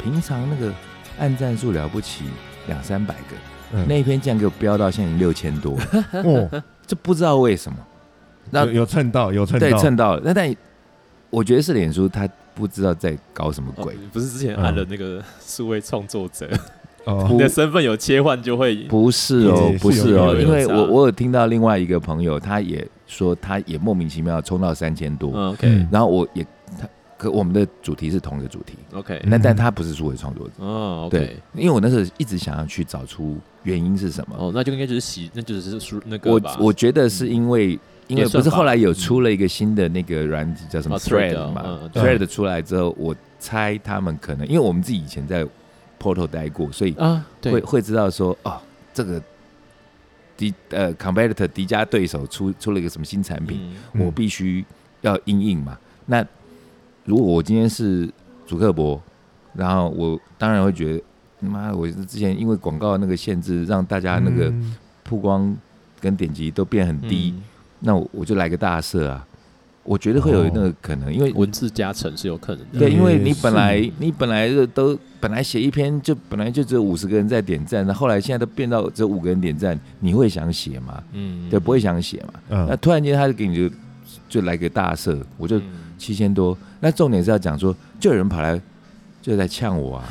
平常那个按赞数了不起两三百个，嗯 那一篇竟然给我飙到现在已经六千多，哦，就不知道为什么。那有有蹭到，有蹭到，对，蹭到了。那但我觉得是脸书，他不知道在搞什么哦鬼，不是之前嗯按了那个数位创作者，哦你的身份有切换就会不是哦也，不是是有哦，有有因为有我我有听到另外一个朋友，他也说他也莫名其妙冲到三千多，嗯 OK 嗯然后我也他可我们的主题是同一个主题， OK 那、嗯但他不是数位创作者，哦对 OK，因为我那时候一直想要去找出原因是什么，哦，那就应该就是喜，那就只是输那个我吧嗯我觉得是因为。因为也算不是吧后来有出了一个新的那个软体叫什么啊，Thread， Thread 嘛嗯嗯，Thread 出来之后，我猜他们可能因为我们自己以前在 Portal 待过，所以啊，会对，会知道说哦，这个敌呃 competitor 敌家对手出出了一个什么新产品，嗯嗯我必须要应应嘛。那如果我今天是主克伯，然后我当然会觉得，妈，我之前因为广告那个限制，让大家那个嗯曝光跟点击都变很低，嗯那我我就来个大社啊。我觉得会有哦那个可能，因为文字加成是有可能的，对，也因为你本来是你本来就都本来写一篇就本来就只有五十个人在点赞，那后来现在都变到只有五个人点赞，你会想写吗？嗯对，不会想写嘛。那嗯，突然间他就给你就就来个大社，我就嗯七千多。那重点是要讲说，就有人跑来就在呛 我啊，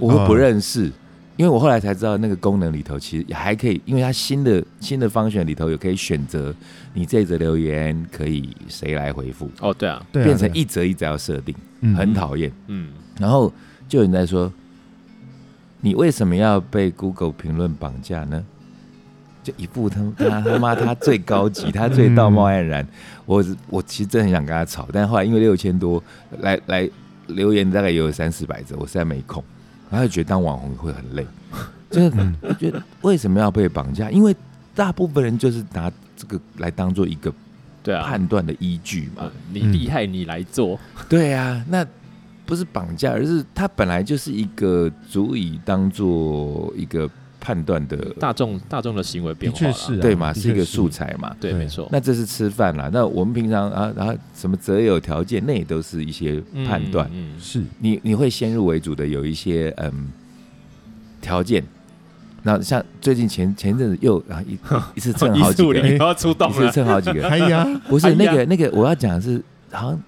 我会不认识。因为我后来才知道，那个功能里头其实还可以，因为它新的新的方选里头有可以选择你这则留言可以谁来回复，哦，对啊，对啊，变成对啊一则一则要设定，嗯很讨厌。嗯，然后就有人在说：“你为什么要被 Google 评论绑架呢？”就一副他他他妈他最高级，他最道貌岸然。我我其实真的很想跟他吵，但后来因为六千多来来留言大概也有三四百则，我实在没空。然后就觉得当网红会很累，就是嗯我觉得为什么要被绑架？因为大部分人就是拿这个来当做一个对啊，判断的依据嘛呃。你厉害，你来做，对啊，那不是绑架，而是它本来就是一个足以当做一个判断的，大众大众的行为变的化确啦是啊，对嘛，的是一确个素，材嘛。对，对没错，那这是吃饭啦，那我们平常啊，然后什么择友条件，那也都是一些嗯判断。嗯，是你你会先入为主的有一些嗯条件，那像最近前前阵子又啊一一次蹭好艺几术个，你又要出动一次了，蹭好几个，哎呀，不是、哎呀那个那个，我要讲的是，好像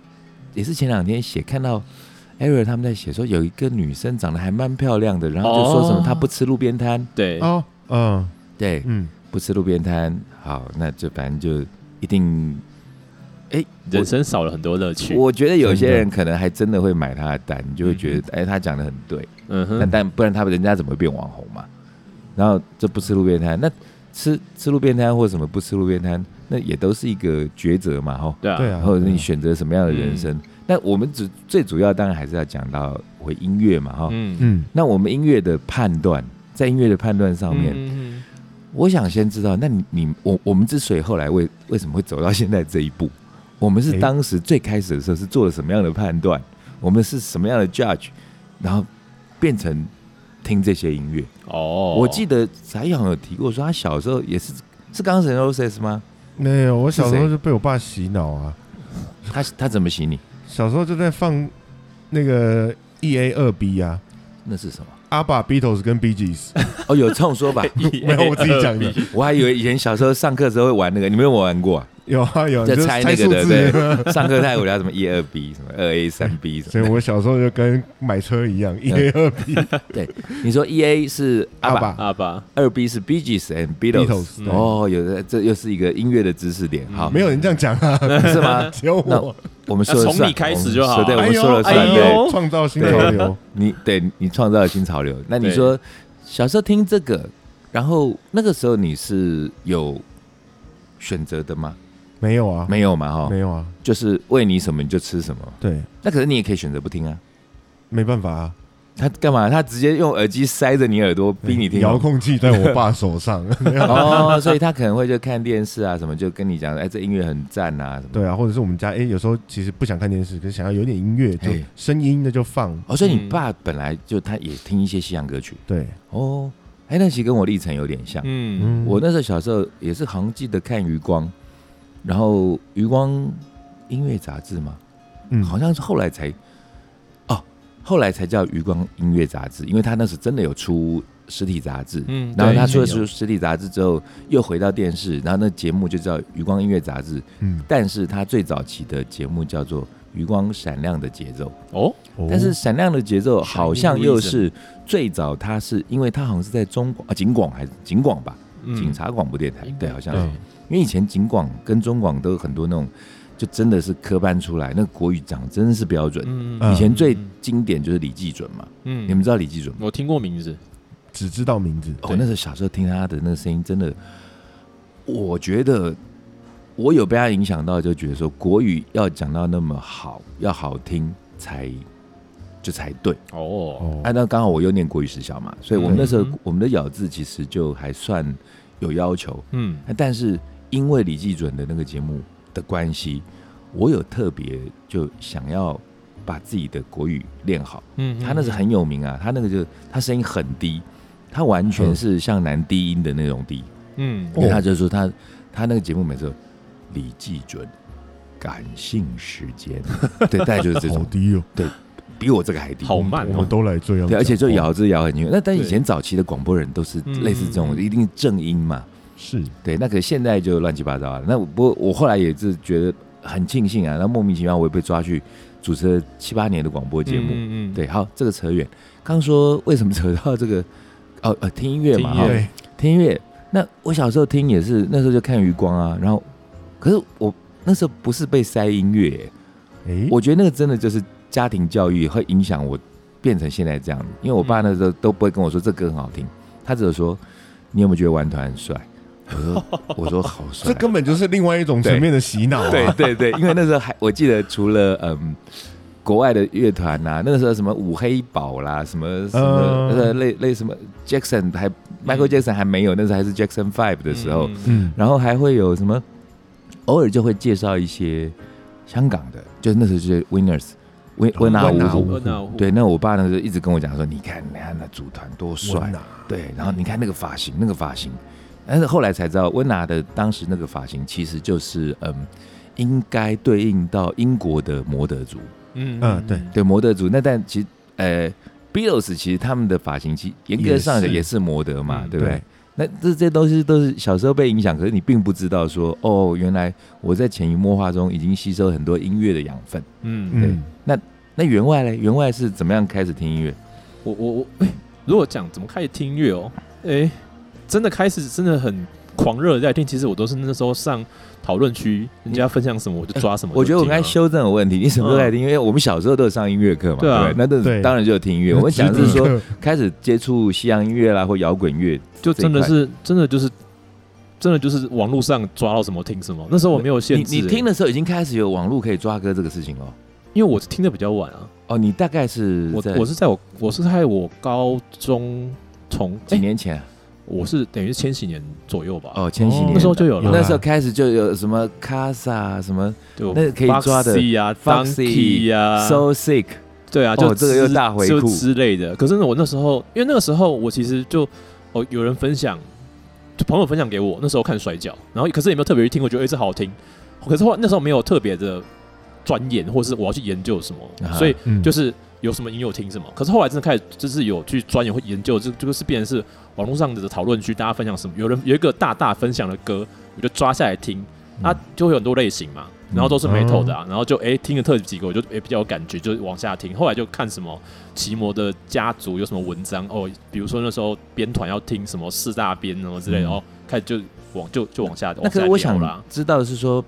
也是前两天写看到 e r i 他们在写说有一个女生长得还蛮漂亮的，然后就说什么哦她不吃路边摊，对，哦，嗯对，嗯，不吃路边摊，好，那就反正就一定，人生少了很多乐趣，我觉得有些真的人可能还真的会买她的单，你就会觉得哎，她讲的很对，嗯那哼，但不然她人家怎么会变网红嘛？然后就不吃路边摊，那吃吃路边摊或什么不吃路边摊，那也都是一个抉择嘛，吼。对啊，对啊，或者是对啊你选择什么样的人嗯生。那我们只最主要当然还是要讲到回音乐嘛，哈、嗯嗯那我们音乐的判断，在音乐的判断上面，嗯嗯我想先知道，那你你我我们之所以后来为为什么会走到现在这一步，我们是诶当时最开始的时候是做了什么样的判断，我们是什么样的 judge，然后变成听这些音乐。哦，我记得翟勇有提过说，他小时候也是是刚 n Roses 吗？没有，我小时是候谁就被我爸洗脑啊，他他怎么洗你？小时候就在放那个 E A 二 B 啊，那是 什么？阿爸 Beatles 跟 B G S，哦，有这种说法， 没有我自己讲的，我还以为以前小时候上课的时候会玩那个，你们有没有玩过、啊？有啊有，在就是猜猜那个数的字，上课太无聊，什么一二 B，什么二 A 三 B 什所以么我小时候就跟买车一样，E A 二 B 的。你说一 A 是嗯 阿阿爸，爸阿爸，二 B 是 B G S and Beatles。 Beatles，嗯对哦，有的，这又是一个音乐的知识点。好，没有人这样讲啊，是吗？只有那我，我们说了那从算你开始就好对，我哎们呦说了算。哎呦对，对创造新潮流，你对你创造了新潮流。那你对说小时候听这个，然后那个时候你是有选择的吗？ 没有啊，没有嘛，哈没，有啊，就是喂你什么你就吃什么。对，那可是你也可以选择不听啊。没办法啊，他干嘛？他直接用耳机塞着你耳朵逼你听遥控器在我爸手上， 哦，所以他可能会就看电视啊什么，就跟你讲，哎，这音乐很赞啊什么。对啊，或者是我们家哎，有时候其实不想看电视，可是想要有点音乐，就哎声音那就放，哦，所以你嗯爸本来就他也听一些西洋歌曲对，哦，哎，那其实跟我历程有点像。嗯嗯，我那时候小时候也是好像记得看余光，然后余光音乐杂志嘛，嗯好像是后来才哦，后来才叫余光音乐杂志，因为他那时真的有出实体杂志，嗯然后他出了是实实体杂志之后，又回到电视，然后那节目就叫《余光音乐杂志》，嗯，但是他最早期的节目叫做《余光闪亮的节奏》，哦，但是闪亮的节奏好像 Shining 又是最早，他是因为他好像是在中广啊警广还是警广吧，嗯警察广播电台，应该对，好像是，嗯因为以前警广跟中广都有很多那种，就真的是科班出来，那国语讲真的是标准。嗯嗯以前最嗯经典就是李济准嘛，嗯你们知道李济准吗？我听过名字，只知道名字，哦，对那时候小时候听他的那个声音，真的，我觉得我有被他影响到，就觉得说国语要讲到那么好，要好听才就才对。哦，哦啊，那刚好我又念国语实小嘛，所以我们对那时候嗯我们的咬字其实就还算有要求，嗯啊但是因为李济准的那个节目的关系，我有特别就想要把自己的国语练好。嗯，他那是很有名啊，他那个就他声音很低，他完全是像男低音的那种低，嗯因为他哦就说他他那个节目每次都李济准感性时 间，对，大概就是这好种，低哦，比我这个还低。好慢我们哦，都来啊这样讲话，对，而且就咬字咬很轻。那但对以前早期的广播人都是嗯类似这种，嗯嗯一定正音嘛。是对，那可是现在就乱七八糟了。那我不过我后来也是觉得很庆幸啊，那莫名其妙我也被抓去主持了七八年的广播节目。嗯，对，好，这个扯远。刚说为什么扯到这个？哦，呃，听音乐嘛，听音乐哈对，听音乐。那我小时候听也是，那时候就看余光啊。然后，可是我那时候不是被塞音乐耶，哎，我觉得那个真的就是家庭教育会影响我变成现在这样子。因为我爸那时候都不会跟我说这歌很好听，他只有说你有没有觉得玩团很帅？ 我说我说好帅这。根本就是另外一种层面的洗脑啊，对对对，因为那时候还我记得除了嗯。国外的乐团呐，那个时候什么五黑宝啦，什么什么嗯呃类类什么 Jackson 还 Michael Jackson 还没有，那时候还是 Jackson Five 的时候，，嗯，然后还会有什么，偶尔就会介绍一些香港的，就是那时候就是 Winners 温哦温拿温拿五五温拿五，对，那我爸那时候一直跟我讲说，你看你看那组团多我帅，啊哪对，然后你看那个发型，那个发型，但是后来才知道，温拿的当时那个发型其实就是嗯，应该对应到英国的摩德族，嗯嗯对对摩德族。那但其实呃，Beatles 其实他们的发型其实严格上也讲是也是摩德嘛，嗯对不对？对那这些东西都是小时候被影响，可是你并不知道说，哦，原来我在潜移默化中已经吸收很多音乐的养分。嗯，嗯，那员外嘞？员外是怎么样开始听音乐？我我我，哎如果讲怎么开始听音乐哦，哎，真的开始真的很狂热的在听，其实我都是那时候上讨论区，人家分享什么我就抓什么，嗯我觉得我应听该啊，修正我问题，你什么时候来听？因为我们小时候都有上音乐课嘛，对啊对不对？那都对当然就有听音乐。我们讲的只是是说说开始接触西洋音乐啦，或摇滚 乐。就真的是真的就是真的就是网络上抓到什么听什么，那时候我没有限你制，你听的，的时候已经开始有网络可以抓歌这个事情了。因为我听的比较晚啊，哦，你大概是我在我是在我我是在我高中从几年前啊？我是等于是千禧年左右吧，哦，千禧哦年哎那时候就有有了啦那时候开始就有什么 Casa 什么就那可以抓的 Foxy 啊 Foxy ，Donkey 啊 So Sick，对啊，哦就这个又之大回就顾之类的。可是呢，我那时候，因为那个时候我其实就哦，有人分享，就朋友分享给我，那时候看摔跤，然后可是也没有特别去听，我觉得哎、这好听，可是后来那时候没有特别的钻研，或是我要去研究什么，啊所以嗯就是有什么音乐我听什么。可是后来真的开始就是有去钻研或研究，这这个是变成是网络上的讨论区，大家分享什么，有人有一个大大分享的歌，我就抓下来听，它就会有很多类型嘛，然后都是 metal 的啊，然后就哎听了特几个，我就哎比较有感觉，就往下听。后来就看什么奇摩的家族有什么文章哦，比如说那时候编团要听什么四大编什么之类的，嗯然后开始就往就就往下那往可下是我聊想啦。知道的是说，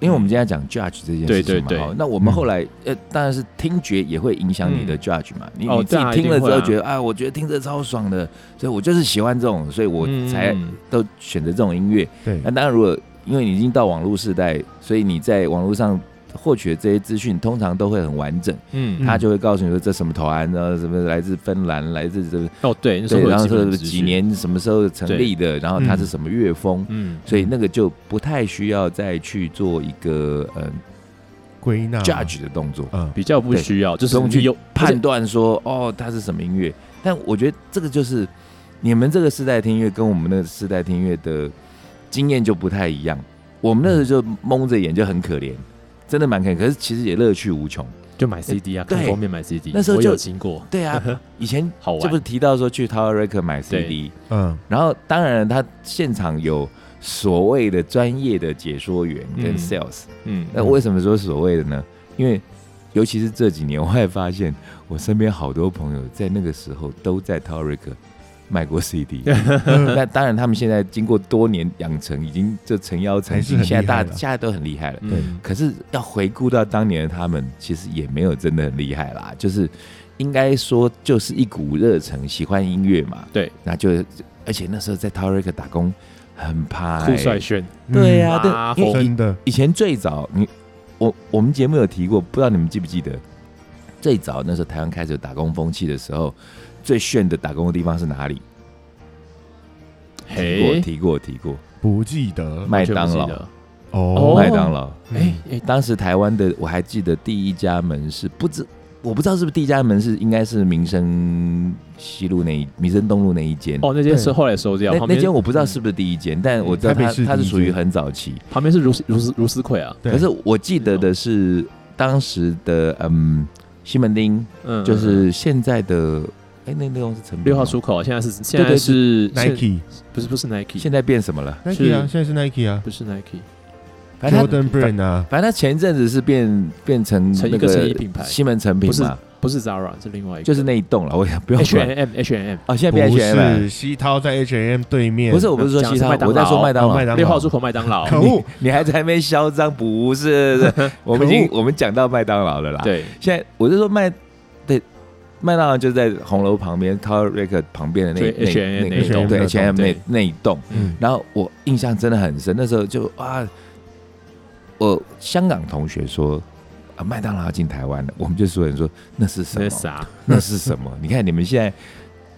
因为我们今天讲 judge 这件事情嘛，嗯对对对哦那我们后来呃，当然是听觉也会影响你的 judge 嘛。你哦你自对己啊听了之一定后会啊觉得啊，我觉得听着超爽的，所以我就是喜欢这种，所以我嗯才都选择这种音乐。对那当然，如果因为你已经到网络时代，所以你在网络上获取的这些资讯，通常都会很完整。嗯嗯他就会告诉你说这什么团，然后什么来自芬兰，来自什么哦对，那时对，候然后有基是本资几讯，年什么时候成立的，然后它是什么乐风，嗯，所以那个就不太需要再去做一个呃归纳 judge 的动作，呃嗯，比较不需要，就是不用去你有判断说哦它是什么音乐。但我觉得这个就是你们这个世代听音乐跟我们那个世代听音乐的经验就不太一样。我们那时候就蒙着眼就很可怜，真的蛮可怜，可是其实也乐趣无穷。而且就买 CD 啊，看对封面买 CD。那时候我有就经过，对啊，以前好这不是玩。提到说去 Tower r e c o r 买 CD，嗯，然后当然他现场有所谓的专业的解说员嗯跟 sales，、嗯，那为什么说所谓的呢？因为尤其是这几年，我还发现我身边好多朋友在那个时候都在 Tower r e c o r 卖过 CD，那当然他们现在经过多年养成，已经这成妖成还是精，很厉现在大害了现在都很厉害了。嗯对可是要回顾到当年的他们，其实也没有真的很厉害啦，就是应该说就是一股热忱，喜欢音乐嘛。对，那就而且那时候在 t o r i k 打工很怕、酷帅欸，炫，嗯对呀、拉啊，对，因为以真的，以前最早你我我们节目有提过，不知道你们记不记得，最早那时候台湾开始有打工风气的时候，最炫的打工的地方是哪里？提过嘿，提过提过，不记得麦当劳，哦，麦当劳。哎哎，当时台湾的我还记得第一家门市，不知我不知道是不是第一家门市，应该是民生西路那一民生东路那一间。哦，那间是后来收啊掉，那旁那边间我不知道是不是第一间，但我知嗯道台北它市它第是一属于间很早期。旁边是如斯如斯如斯奎啊，对可是我记得的是当时的嗯西门町，嗯，就是现在的哎、那那栋是成品六号吗出口啊，现在是现在对是现 Nike 不是不是 Nike，现在变什么了？ Nike 啊，现在是 Nike 啊不是 Nike，反正它，Jordan Brand 啊，反正它前一阵子是变变成成一那个成衣个品牌西门成品不是嘛，不是 Zara，是另外一个，哎就是那一栋了。我也不用 H 管 M H M 哦，现在不变 H M 了。是西涛在 H&M 对面，嗯不是，我不是说讲的其是他麦，当我在劳说麦当哦麦当劳。劳六号出口麦当劳，可恶，你还在那边嚣张？不是， 我们已经我们讲到麦当劳了啦。，对，现在我是说麦，对，麦当劳就在红楼旁边 t o w e r r e c 旁边的那对 H&M 那那那一一栋栋，那对栋 H M 对那那一栋。嗯，然后我印象真的很深，那时候就啊，我香港同学说啊，麦当劳要进台湾了，我们就所有人说那是什那么？啥，那是什么？你看你们现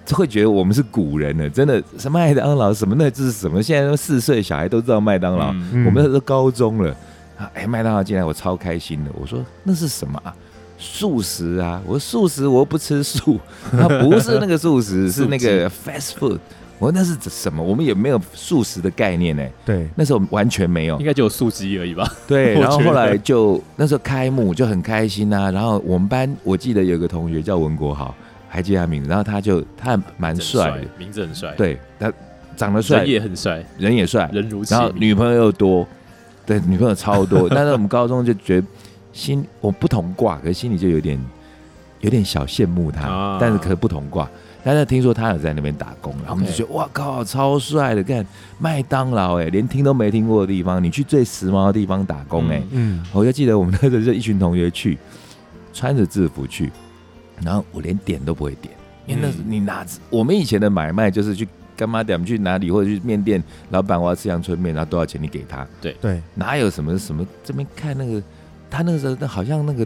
在会觉得我们是古人了，真的什么麦当劳什么那这是什么？现在都四岁小孩都知道麦当劳，嗯嗯我们那都高中了啊！哎，麦当劳进来我超开心的，我说那是什么啊？素食啊！我说素食我又不吃素， 啊，不是那个素食，素是鸡那个 fast food。我说那是什么？我们也没有素食的概念呢、对，那时候完全没有应。该只有素鸡而已吧？对，我然后觉后得来就那时候开幕就很开心啊。然后我们班我记得有个同学叫文国豪，还记得他名字。然后他就他蛮帅的，，名字很帅，，对他长得帅人，也很帅，人也帅，人如其然后名女朋友又多，对，女朋友 超多。但是我们高中就觉得心我不同挂，可是心里就有点有点小羡慕他，啊但是可是不同挂。但是听说他有在那边打工，然后我们就 OK 觉得哇靠，超帅的！看麦当劳哎、连听都没听过的地方，你去最时髦的地方打工哎、嗯嗯，我就记得我们那时候就一群同学去，穿着制服去，然后我连点都不会点，因为那时嗯你哪知我们以前的买卖就是去干妈店去哪里或者去面店，老板我要吃阳春面，然后多少钱你给他，对，哪有什么什么这边看那个，他那个时候那好像那个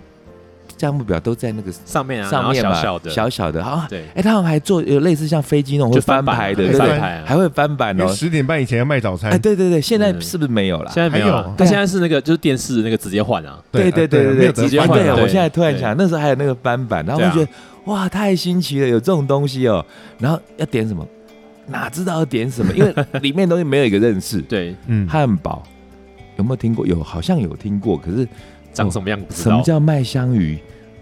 价目表都在那个上面啊，然上后面小吧，小的，小小的啊。对，哎、他们还做有类似像飞机那种会就翻翻版牌的，会对不翻对？牌啊还会翻版因哦为。十点半以前要卖早餐哎，，对对对，现在嗯是不是没有哎了现？在没有还有啊，但现在是那个就是电视那个直接换啊，对对对啊对没有得对，直接换啊换对，了我对现在突然对想，那时候还有那个翻版，然后我就对啊觉得哇，太新奇了，有这种东西哦。然后要点什么，哪知道要点什么，因为里面东西没有一个 认识。对，嗯，汉堡有没有听过？有，好像有听过，可是长什么样不知哦什么道，叫麦香鱼？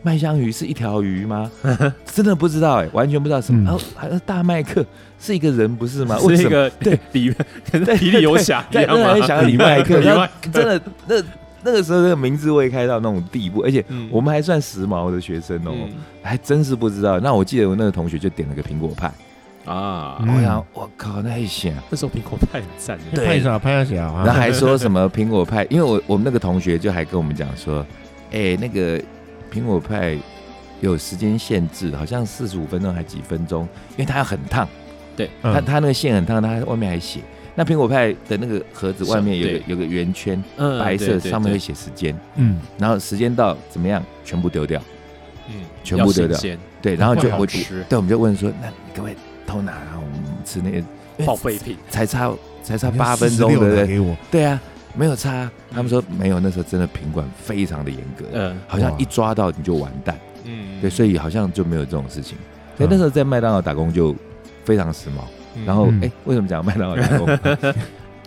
麦香鱼是一条鱼吗？ 真的不知道哎，完全不知道什么。嗯然后还有大麦克是一个人不是吗？为是什一么？个 对比跟对比利游侠一在样那还吗？想到李麦克，李麦克那真的那那个时候那个名字未开到那种地步，而且 嗯我们还算时髦的学生哦，嗯还真是不知道。那我记得我那个同学就点了个苹果派，啊，嗯我想我靠那一下，那时候苹果派很赞的，对拍啥拍啥小然后啊，还说什么苹果派，因为我我们那个同学就还跟我们讲说，哎、那个苹果派有时间限制，好像四十五分钟还几分钟，因为它很烫，嗯它它那个线很烫，它外面还写。那苹果派的那个盒子外面有个对有个圆圈，嗯白色对对上面会对写时间，嗯，然后时间到怎么样，全部丢掉。嗯全部丢掉要新鲜对，然后就会好我就吃对，我们就问说，那你可不可以偷拿？然后我们吃那个因为报废品，才差才差八分钟，对不的对？给我，对啊，没有差。他们说没有，那时候真的品管非常的严格，嗯好像哇一抓到你就完蛋。嗯对，所以好像就没有这种事情。所以嗯那时候在麦当劳打工就非常时髦。然后嗯 哎，为什么讲麦当劳打工？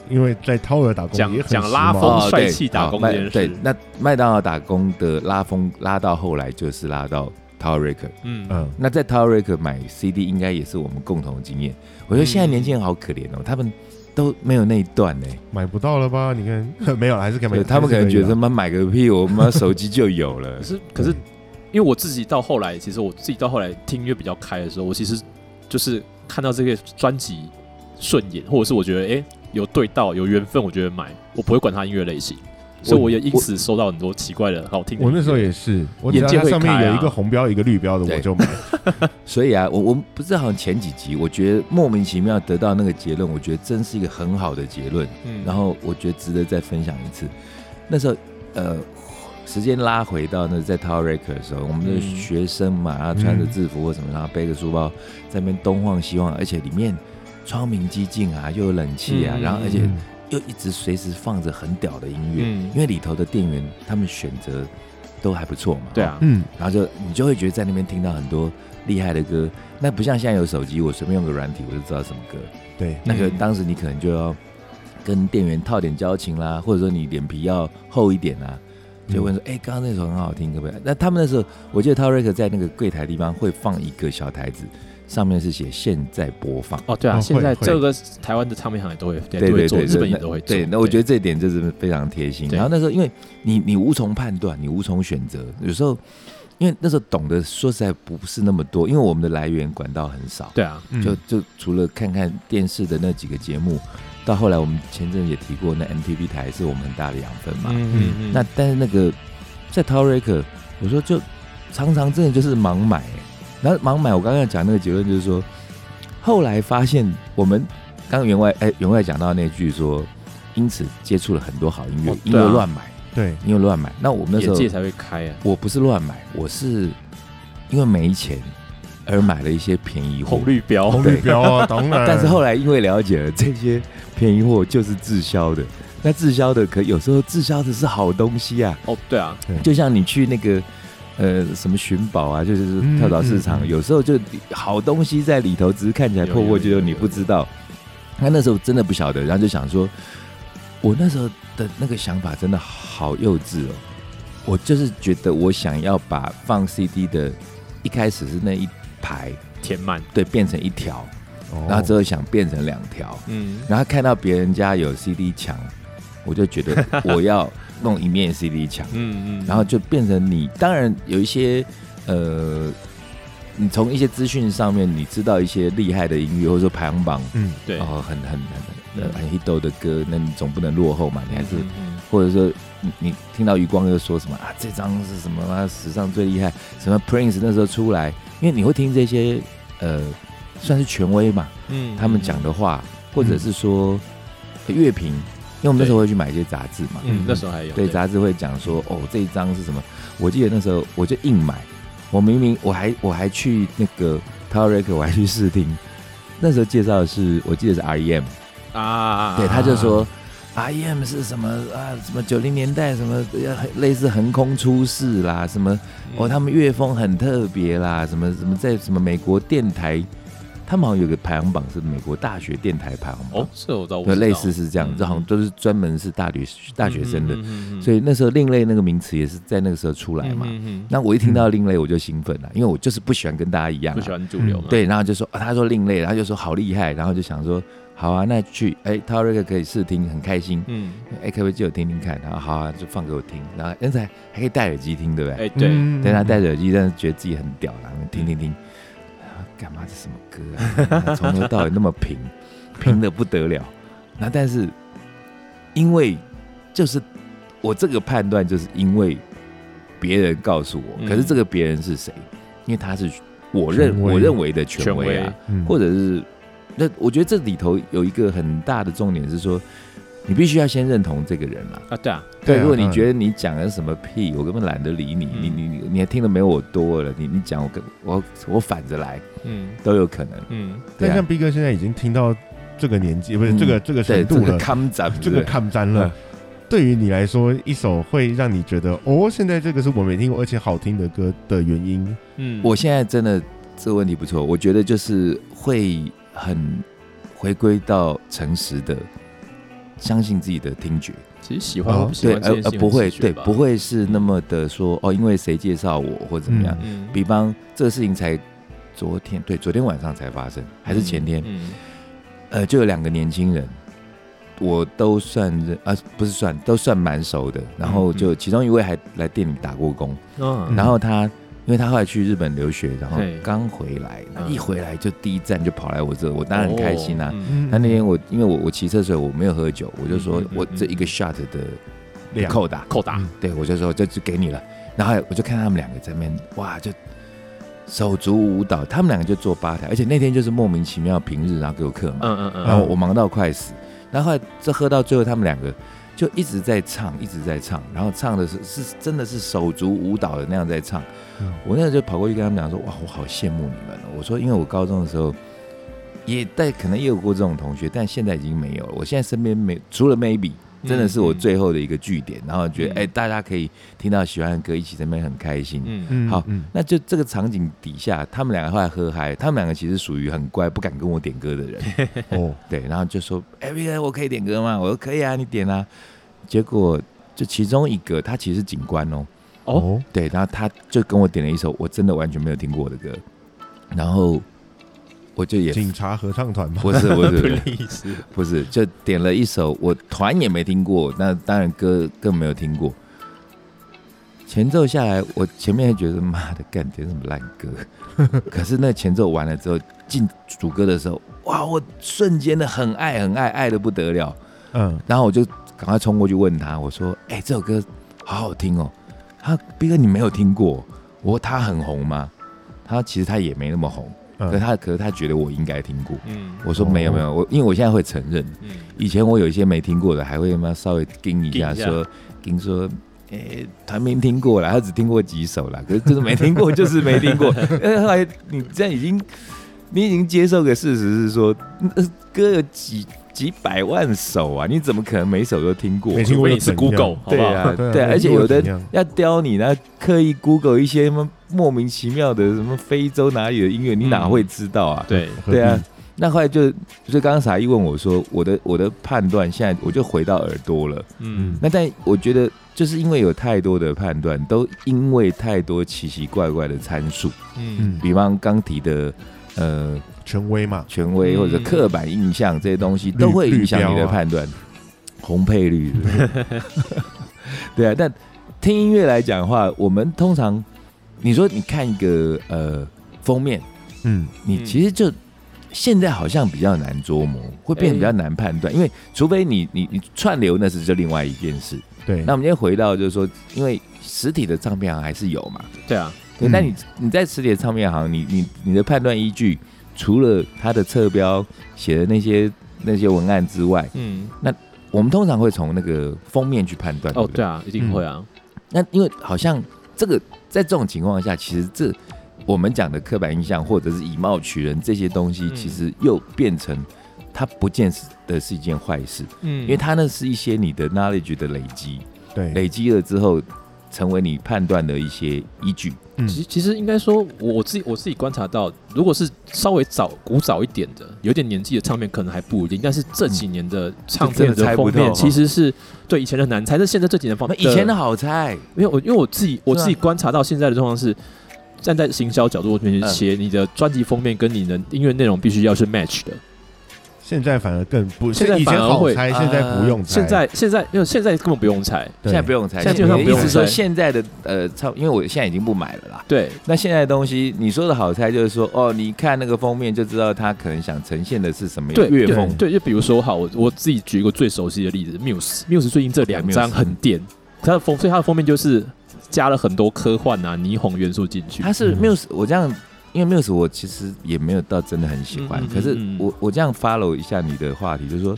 因为在掏耳打工讲也很讲时拉髦风啊哦帅对气打好工麦这件事对，那麦当劳打工的拉风拉到后来就是拉到 Tower r e c 嗯，嗯，那在 Tower Record 买 CD 应该也是我们共同的经验。我觉得现在嗯年轻人好可怜哦，他们都没有那一段呢、买不到了 吧？你看没有了，还是可以买啊对，。他们可能觉得他还是妈买个屁，我妈手机就有了可。是可是因为我自己到后来，其实我自己到后来听音乐比较开的时候，我其实就是看到这个专辑顺眼，或者是我觉得哎、诶有对到有缘分，我觉得买，我不会管它音乐类型， 所以我也因此收到很多奇怪的好听可以的。的我那时候音乐也是，我只要眼界它会上面开啊有一个红标一个绿标的，我对就买。所以啊，我我不是好像前几集，我觉得莫名其妙得到那个结论，我觉得真是一个很好的结论。嗯然后我觉得值得再分享一次。那时候，呃，时间拉回到那在 Tower r e c o r 的时候，我们的嗯学生嘛，然后穿着制服或什么，然后背个书包在那边东晃西晃，而且里面窗明几净啊，又有冷气啊，嗯然后而且嗯又一直随时放着很屌的音乐，嗯因为里头的店员他们选择都还不错嘛，对啊，嗯，然后就你就会觉得在那边听到很多厉害的歌。那不像现在有手机，我随便用个软体我就知道什么歌。对，那个嗯当时你可能就要跟店员套点交情啦，或者说你脸皮要厚一点啦，就问说：“哎、刚刚那首很好听，可不可以？”那他们那时候，我记得 t o r e k 在那个柜台地方会放一个小台子，上面是写“现在播放哦，对啊，哦现在会这个台湾的唱片行也都会”，对都会对做，对，日本也那都会做。对，那我觉得这一点就是非常贴心。对然后那时候，因为你你无从判断，你无从选择，有时候因为那时候懂得说实在不是那么多，因为我们的来源管道很少。对啊，嗯就就除了看看电视的那几个节目，到后来我们前阵也提过，那 MTV 台是我们很大的养分嘛。嗯嗯那但是那个在 t o r e k 我说就常常真的就是盲买、然后盲买，我刚刚讲那个结论就是说，后来发现我们刚刚员外哎、员外讲到那句说，因此接触了很多好音乐，哦因对为啊乱买，对，因为乱买。那我们那时眼候界才会开啊，我不是乱买，我是因为没钱而买了一些便宜货红。绿标，红绿标 啊，当然。哦但是后来因为了解了这些便宜货就是滞销的，那滞销的可有时候滞销的是好东西啊，哦，对啊，就像你去那个呃什么寻宝啊，就是跳蚤市场，嗯嗯嗯有时候就好东西在里头，只是看起来破破有旧有有旧，你不知道。那那时候真的不晓得，然后就想说，我那时候的那个想法真的好幼稚哦，我就是觉得我想要把放 CD 的一开始是那一排，填满，对，变成一条。哦，然后之后想变成两条，嗯，然后看到别人家有 CD 墙，我就 觉得我要弄一面 CD 墙，嗯嗯，然后就变成你。当然有一些呃，你从一些资讯上面你知道一些厉害的音乐，或者说排行榜，嗯，对然，后很很很嗯很很 hit 的歌，那你总不能落后嘛，你还是嗯嗯或者说你你听到余光又说什么啊，这张是什么啊，史上最厉害，什么 Prince 那时候出来，因为你会听这些呃，算是权威嘛。嗯他们讲的话，或者是说呃乐评，因为我们那时候会去买一些杂志嘛，嗯，那时候还有对杂志会讲说，哦，这一张是什么？我记得那时候我就硬买，我明明我还我还去那个 Tower Record，我还去试听，那时候介绍的是我记得是 E REM，啊，对，他就说。R.E.M 是什么啊？什么九零年代什么呃类似横空出世啦，什么哦，他们乐风很特别啦，什么什么在什么美国电台，他们好像有个排行榜是美国大学电台排行榜，哦，这我倒对，类似是这样，这好像都是专门是大学大学生的，的所以以那时候另类那个名词也是在那个时候出来嘛。那我一听到另类我就兴奋了，因为我就是不喜欢跟大家一样、不啊喜，欢主流嘛，对，然后就说、啊他说另类，然后就说好厉害，然后就想说好啊，那去哎 t o r e 可以试听，很开心，嗯，哎可不可以借我听听看？然后好啊，就放给我听，然后那时候还还可以戴耳机听，对不对？哎对，嗯对他戴着耳机，但是觉得自己很屌，然后听听听，啊干嘛这什么歌啊？从头到尾那么平， 平的不得了。那但是因为就是我这个判断，就是因为别人告诉我，嗯可是这个别人是谁？因为他是我认权威我认为的权权威啊，嗯或者是那我觉得这里头有一个很大的重点是说，你必须要先认同这个人啊。啊对啊，对对，啊如果你当然觉得你讲的什么屁，我根本懒得理你，嗯你你你你还听的没有我多了，你你讲我跟我我反着来嗯都有可能。嗯，对但啊像，逼哥现在已经听到这个年纪，不是嗯这个这个对程这度个了，看展，这个看沾了嗯。对于你来说，一首会让你觉得哦，现在这个是我没听过而且好听的歌的原因，嗯，我现在真的这个问题不错，我觉得就是会很回归到诚实的相信自己的听觉，其实喜欢哦或不喜欢而这件事而情不会很直觉对吧不，会是那么的说哦，因为谁介绍我或怎么样。嗯，比方这个事情才昨天，对，昨天晚上才发生，还是前天？嗯，呃，就有两个年轻人，我都算认啊，不是算都算蛮熟的。然后就其中一位还来店里打过工，嗯然后他因为他后来去日本留学，然后对刚回来，那嗯一回来就第一站就跑来我这，我当然很开心啦、哦啊嗯嗯那那天我因为我我骑车的时候我没有喝酒，我就说嗯嗯嗯我嗯这一个 shot 的两扣打，扣打嗯，对我就说这就给你了。然后我就看他们两个在那边，哇，就手足舞蹈，他们两个就坐吧台，而且那天就是莫名其妙平日，然后给我客嘛，嗯嗯嗯，然后我忙到快死。然后后来这喝到最后，他们两个就一直在唱，一直在唱，然后唱的是是真的是手足舞蹈的那样在唱。嗯我那时候就跑过去跟他们讲说：“哇，我好羡慕你们哦！”我说：“因为我高中的时候也但可能也有过这种同学，但现在已经没有了。我现在身边没除了 maybe，真的是我最后的一个据点。然后觉得嗯哎、大家可以听到喜欢的歌，一起在那边很开心。嗯嗯嗯好 嗯那就这个场景底下，他们两个后来喝嗨，他们两个其实属于很乖，不敢跟我点歌的人。哦，对，然后就说：“哎、欸，我可以点歌吗？”我说：“可以啊，你点啊。”结果就其中一个，他其实是警官哦，哦，对，然后他就跟我点了一首我真的完全没有听过的歌，然后我就也警察合唱团嘛，不是不是的意思，不是，就点了一首我团也没听过，那当然歌更没有听过。前奏下来，我前面还觉得妈的干点什么烂歌， 可是那前奏完了之后，进主歌的时候，哇，我瞬间的很爱很爱爱的不得了。嗯，然后我就赶快冲过去问他，我说：“哎、这首歌好好听哦。”他斌哥，你没有听过？我说他很红吗？他说其实他也没那么红，嗯可是他可是他觉得我应该听过。嗯我说没有哦没有，我因为我现在会承认，嗯以前我有一些没听过的，还会嘛稍微盯一下盯一下说盯说。诶，团没听过啦，他只听过几首啦，可是 就是没听过，就是没听过。 因为后来你这样已经，你已经接受个事实是说，呃歌有几几百万首啊，你怎么可能每首都听过？没听除过非又你是怎样 Google，好对不好？啊，对啊对啊，那而且又有的怎样要刁你，然后刻意 Google 一些什么莫名其妙的什么非洲哪里的音乐，你哪嗯会知道啊？对，何对啊必，，那后来就就刚刚傻一问我说，我的我的判断现在我就回到耳朵了。嗯那但我觉得就是因为有太多的判断，都因为太多奇奇怪怪的参数，嗯嗯，比方刚提的呃权威嘛，权威或者嗯刻板印象这些东西，绿都会影响你绿的标啊判断。红配绿， 对啊。但听音乐来讲的话，我们通常你说你看一个呃封面，嗯，你嗯其实就现在好像比较难捉摸，会变得比较难判断，因为除非你你你串流那是就另外一件事。对，那我们今天回到就是说，因为实体的唱片行还是有嘛，对啊，对，嗯但你你在实体的唱片行，你你你的判断依据除了它的侧标写的那些那些文案之外，嗯，我们通常会从那个封面去判断，哦，不对啊，一定会啊，那因为好像这个在这种情况下，其实这我们讲的刻板印象或者是以貌取人这些东西，嗯其实又变成它不见得是一件坏事，嗯，因为它呢是一些你的 knowledge 的累积，对，累积了之后成为你判断的一些依据。其其实应该说，我我自己我自己观察到，如果是稍微早古早一点的，有点年纪的唱片，可能还不一定。但是这几年的唱片就嗯真的猜不封透面，哦其实是对以前的难猜，但是现在这几年方那，以前的好猜，因为我因为我自己我是啊自己观察到现在的状况是，站在行销角度嗯面去写你的专辑封面跟你的音乐内容必须要是 match 的。现在反而更不，现在以前反而好会猜，呃现在不用猜，现在现在因为现在根本不用猜，对现在不用猜，现在基本上你的不用意思是说猜现在的呃唱，因为我现在已经不买了啦。对，那现在的东西，你说的好猜就是说，哦，你看那个封面就知道他可能想呈现的是什么对乐对风对，就比如说，好，我我自己举一个最熟悉的例子，Muse Muse 最近这两张 Muse 很电，它的封，所以它的封面就是加了很多科幻啊、霓虹元素进去。他是嗯 Muse，我这样，因为 Muse 我其实也没有到真的很喜欢，嗯嗯嗯可是嗯我我这样 follow 一下你的话题，就是说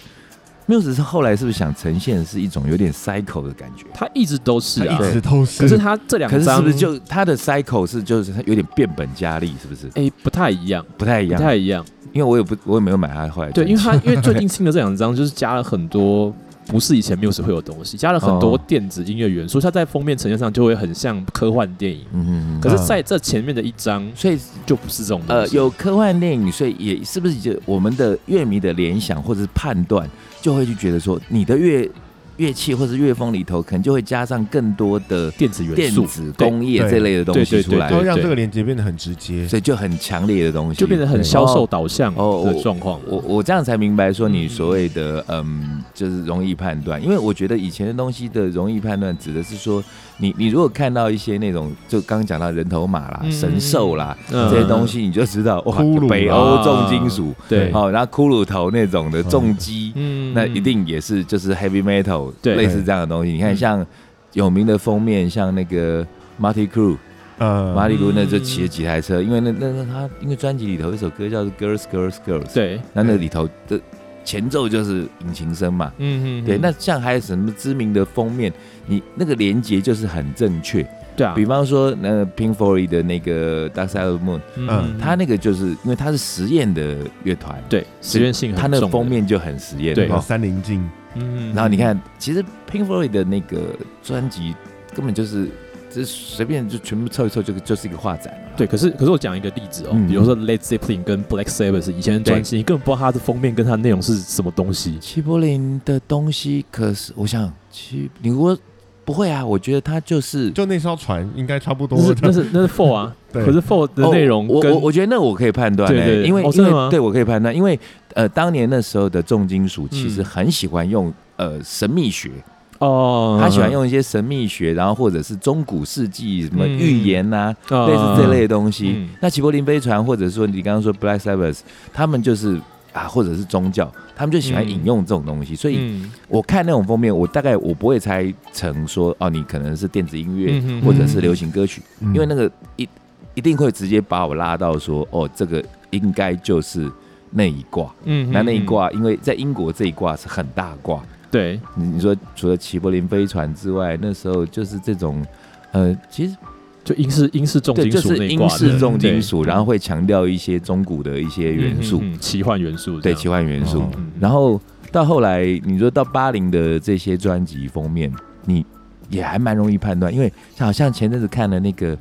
Muse 是后来是不是想呈现的是一种有点 cycle 的感觉？它一直都是啊它，一直都是，可是它这两可是张是不是就他的 cycle 是就是它有点变本加厉，是不是哎不太一样，不太一不样？太一样。因为我也不我也没有买他后来的对，专因为辑 它因为最近新的这两张就是加了很多不是以前 Muse 会有的东西，加了很多哦电子音乐元素，它在封面呈现上就会很像科幻电影。嗯嗯可嗯。是，在这前面的一张所以就不是这种东呃，西。有科幻电影，所以也是不是就我们的乐迷的联想或者是判断，就会去觉得说，你的乐乐器或是乐风里头，可能就会加上更多的电子元电素，子对工业对这类的东对对西出来它，会对让这个连接变得很直接。所以就很强烈的东西，就变得很对销售哦导向哦的状况。我我这样才明白说你嗯所谓的嗯，就是容易判断，因为我觉得以前的东西的容易判断指的是说，你你如果看到一些那种就刚刚讲到人头马啦、嗯神兽啦嗯这些东西，你就知道哇骷髅，啊北欧重金属，对，好，然后骷髅头那种的重击，嗯那一定也是就是 heavy metal 对类似这样的东西。你看嗯像有名的封面，像那个 Marty Crew。呃，马里古那嗯就骑了几台车，因为那那那他因为专辑里头有一首歌叫做《Girls Girls Girls》，对，那那里头的前奏就是引擎声嘛。嗯嗯，对，嗯那像还有什么知名的封面，你那个连接就是很正确。对啊，比方说，那 Pink Floyd 的那个 Dark Side of the Moon，嗯它那个就是因为它是实验的乐团，，对实验性它很那重个的，封面就很实验。哦对然后三棱镜，嗯，嗯然后你，看，其实 Pink Floyd 的那个专辑根本就是，就是随便就全部凑一凑，就就是一个画展了。对，可是可是我讲一个例子哦，嗯比如说 Led Zeppelin 跟 Black Sabbath 以前的专辑，你根本不知道它的封面跟它的内容是什么东西。齐柏林的东西，可是我想，齐你如果不会啊，我觉得他就是就那艘船应该差不多那是的。那是那是 Four 啊，对可是 Four 的哦内容我跟我我觉得那我可以判断、欸，对对对因为、哦因真的吗为对我可以判断，因为呃，当年那时候的重金属其实嗯很喜欢用、呃神秘学，哦，他喜欢用一些神秘学，然后或者是中古世纪什么嗯预言呐、嗯类似这类的东西。嗯那齐柏林飞船，或者说你刚刚说 Black Sabbath，他们就是啊，或者是宗教，他们就喜欢嗯引用这种东西，所以嗯我看那种封面，我大概我不会猜成说哦，你可能是电子音乐、嗯嗯或者是流行歌曲，嗯因为那个一一定会直接把我拉到说哦，这个应该就是那一卦。嗯那那一，嗯卦，因为在英国这一卦是很大卦。嗯对，你你说除了齐柏林飞船之外，那时候就是这种，呃，其实就英式英式重对，金就属是那一英挂的式重金对属，然后会强调一些中古的一些元素，嗯嗯嗯奇幻元素这对样，奇幻元素。哦嗯，嗯然后到后来，你说到八零的这些专辑封面，你也还蛮容易判断，因为像好像前阵子看了那个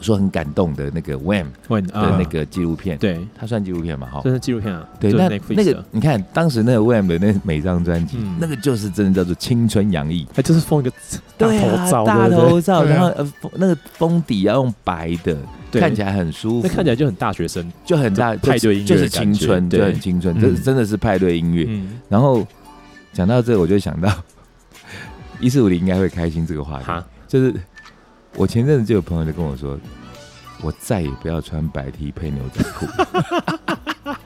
说很感动的那个 Wham 会的啊那个纪录片，对，它算纪录片嘛？哈，这是纪录片啊，对，就是那 Netflix 那个的，你看当时那个 Wham 的那每张专辑嗯，那个就是真的叫做青春洋溢，哎，就是封一个大对头啊罩，大对不对头罩，对啊然后呃封那个封底要用白的，对看起来很舒那服，看起来就很大学生，就很大，派对音乐就的是感青觉春，对就很青春，嗯这真的是派对音乐。嗯，然后讲到这，我就想到 一四五零应该会开心这个话题，哈，就是我前阵子就有朋友就跟我说，我再也不要穿白 T 配牛仔裤，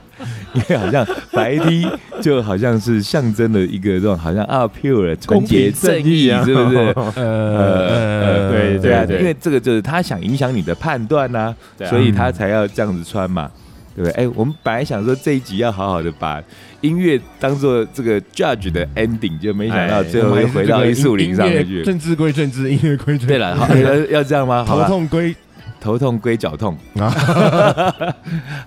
因为好像白 T 就好像是象征了一个这种好像啊 pure 纯洁正义，是不 是？呃呃对对啊，对因为这个就是他想影响你的判断呐、对啊所以他才要这样子穿嘛，对不对？哎，我们本来想说这一集要好好的把音乐当做这个 judge 的 ending，就没想哎到最后又回到一四五零上面音乐去。政治归政治，音乐归政治。对了，好要要这样吗？好 头吧，痛归头痛归脚痛啊啊。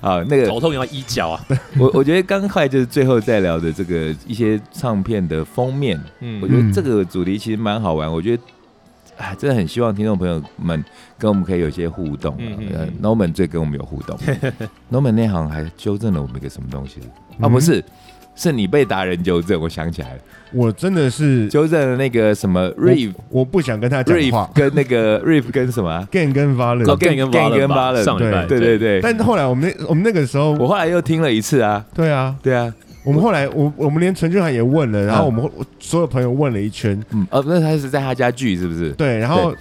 好，那个头痛要医脚啊，我我觉得刚快就是最后再聊的这个一些唱片的封面，嗯我觉得这个主题其实蛮好玩，我觉得。啊，真的很希望听众朋友们跟我们可以有一些互动、啊。嗯嗯呃嗯，Norman 最跟我们 有互动，Norman 那行还纠正了我们一个什么东西啊？嗯不是，是你被达人纠正，我想起来了，我真的是纠正了那个什么 Reef 我不想跟他讲 Reef 话。跟那 个 Reef 跟什么啊？ Gan 跟 Valen，哦跟 Gang 跟 Gang 跟 Violent 吧 Violent，上礼拜对对对，但后来我们那我们那个时候，我后来又听了一次啊，对啊，对啊，我们后来我我们连陈俊涵也问了，然后嗯我们我所有朋友问了一圈，嗯，哦，那他是在他家聚是不是？对，然后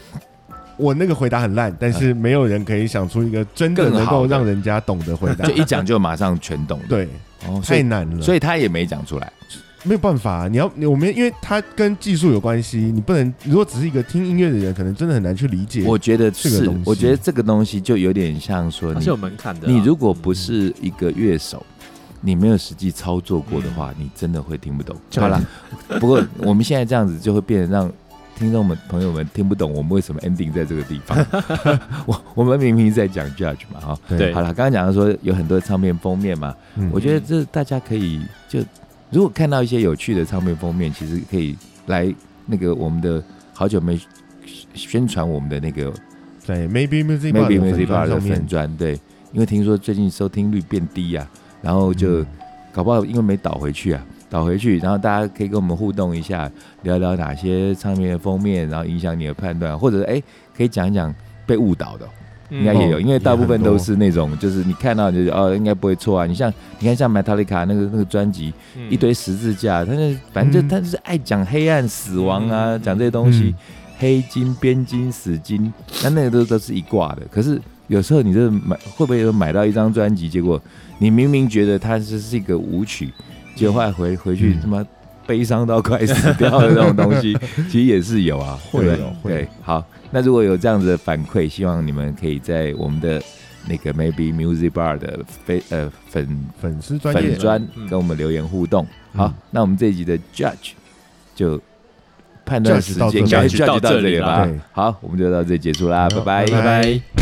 我那个回答很烂，但是没有人可以想出一个真的哎更能好够的让人家懂的回答就，一讲就马上全懂的，对，哦，所太以难了，所以以他也没讲出来，没有办法，你要你我们因为它跟技术有关系，你不能如果只是一个听音乐的人，可能真的很难去理解。我觉得这个是东西，我觉得这个东西就有点像说它你是有门槛的啊。你如果不是一个乐手，你没有实际操作过的嗯话，你真的会听不懂。对好啦，不过我们现在这样子就会变得让听众们朋友们听不懂我们为什么 ending 在这个地 方。我我们明明在讲 judge 嘛，哈。对好了，刚刚讲到说有很多唱片封面嘛，嗯我觉得这大家可以就如果看到一些有趣的唱片封面，其实可以来那个我们的好久没宣传我们的那个在 Maybe Music Bar Maybe 的粉 Music Bar 砖的上粉面，砖，对，因为听说最近收听率变低啊，然后就、嗯搞不好因为没导回去啊，导回去，然后大家可以跟我们互动一下，聊聊哪些唱片的封面，然后影响你的判断，或者哎、可以讲一讲被误导的哦、嗯应该也有，哦因为大部分也很多都是那种，就是你看到你就是哦，应该不会错啊。你像你看像 Metallica 那个那个专辑，一嗯堆十字架，他那反正嗯就他就是爱讲黑暗、死亡啊，嗯讲这些东西嗯，黑金、边金、死金，那那个都都是一挂的。可是有时候你这买会不会有买到一张专辑，结果你明明觉得它是是一个舞曲，结果后来回回去嗯他妈悲伤到快死掉的那种东 西，其实也是有啊，会对不对有会有对。好，那如果有这样子的反馈，希望你们可以在我们的那个 Maybe Music Bar 的非呃粉粉丝专粉业，砖嗯跟我们留言互动。嗯好，那我们这一集的 Judge 就判断 Judge 时到间这该里 Judge 到这里了对吧。好，我们就到这里结束啦，拜拜拜。拜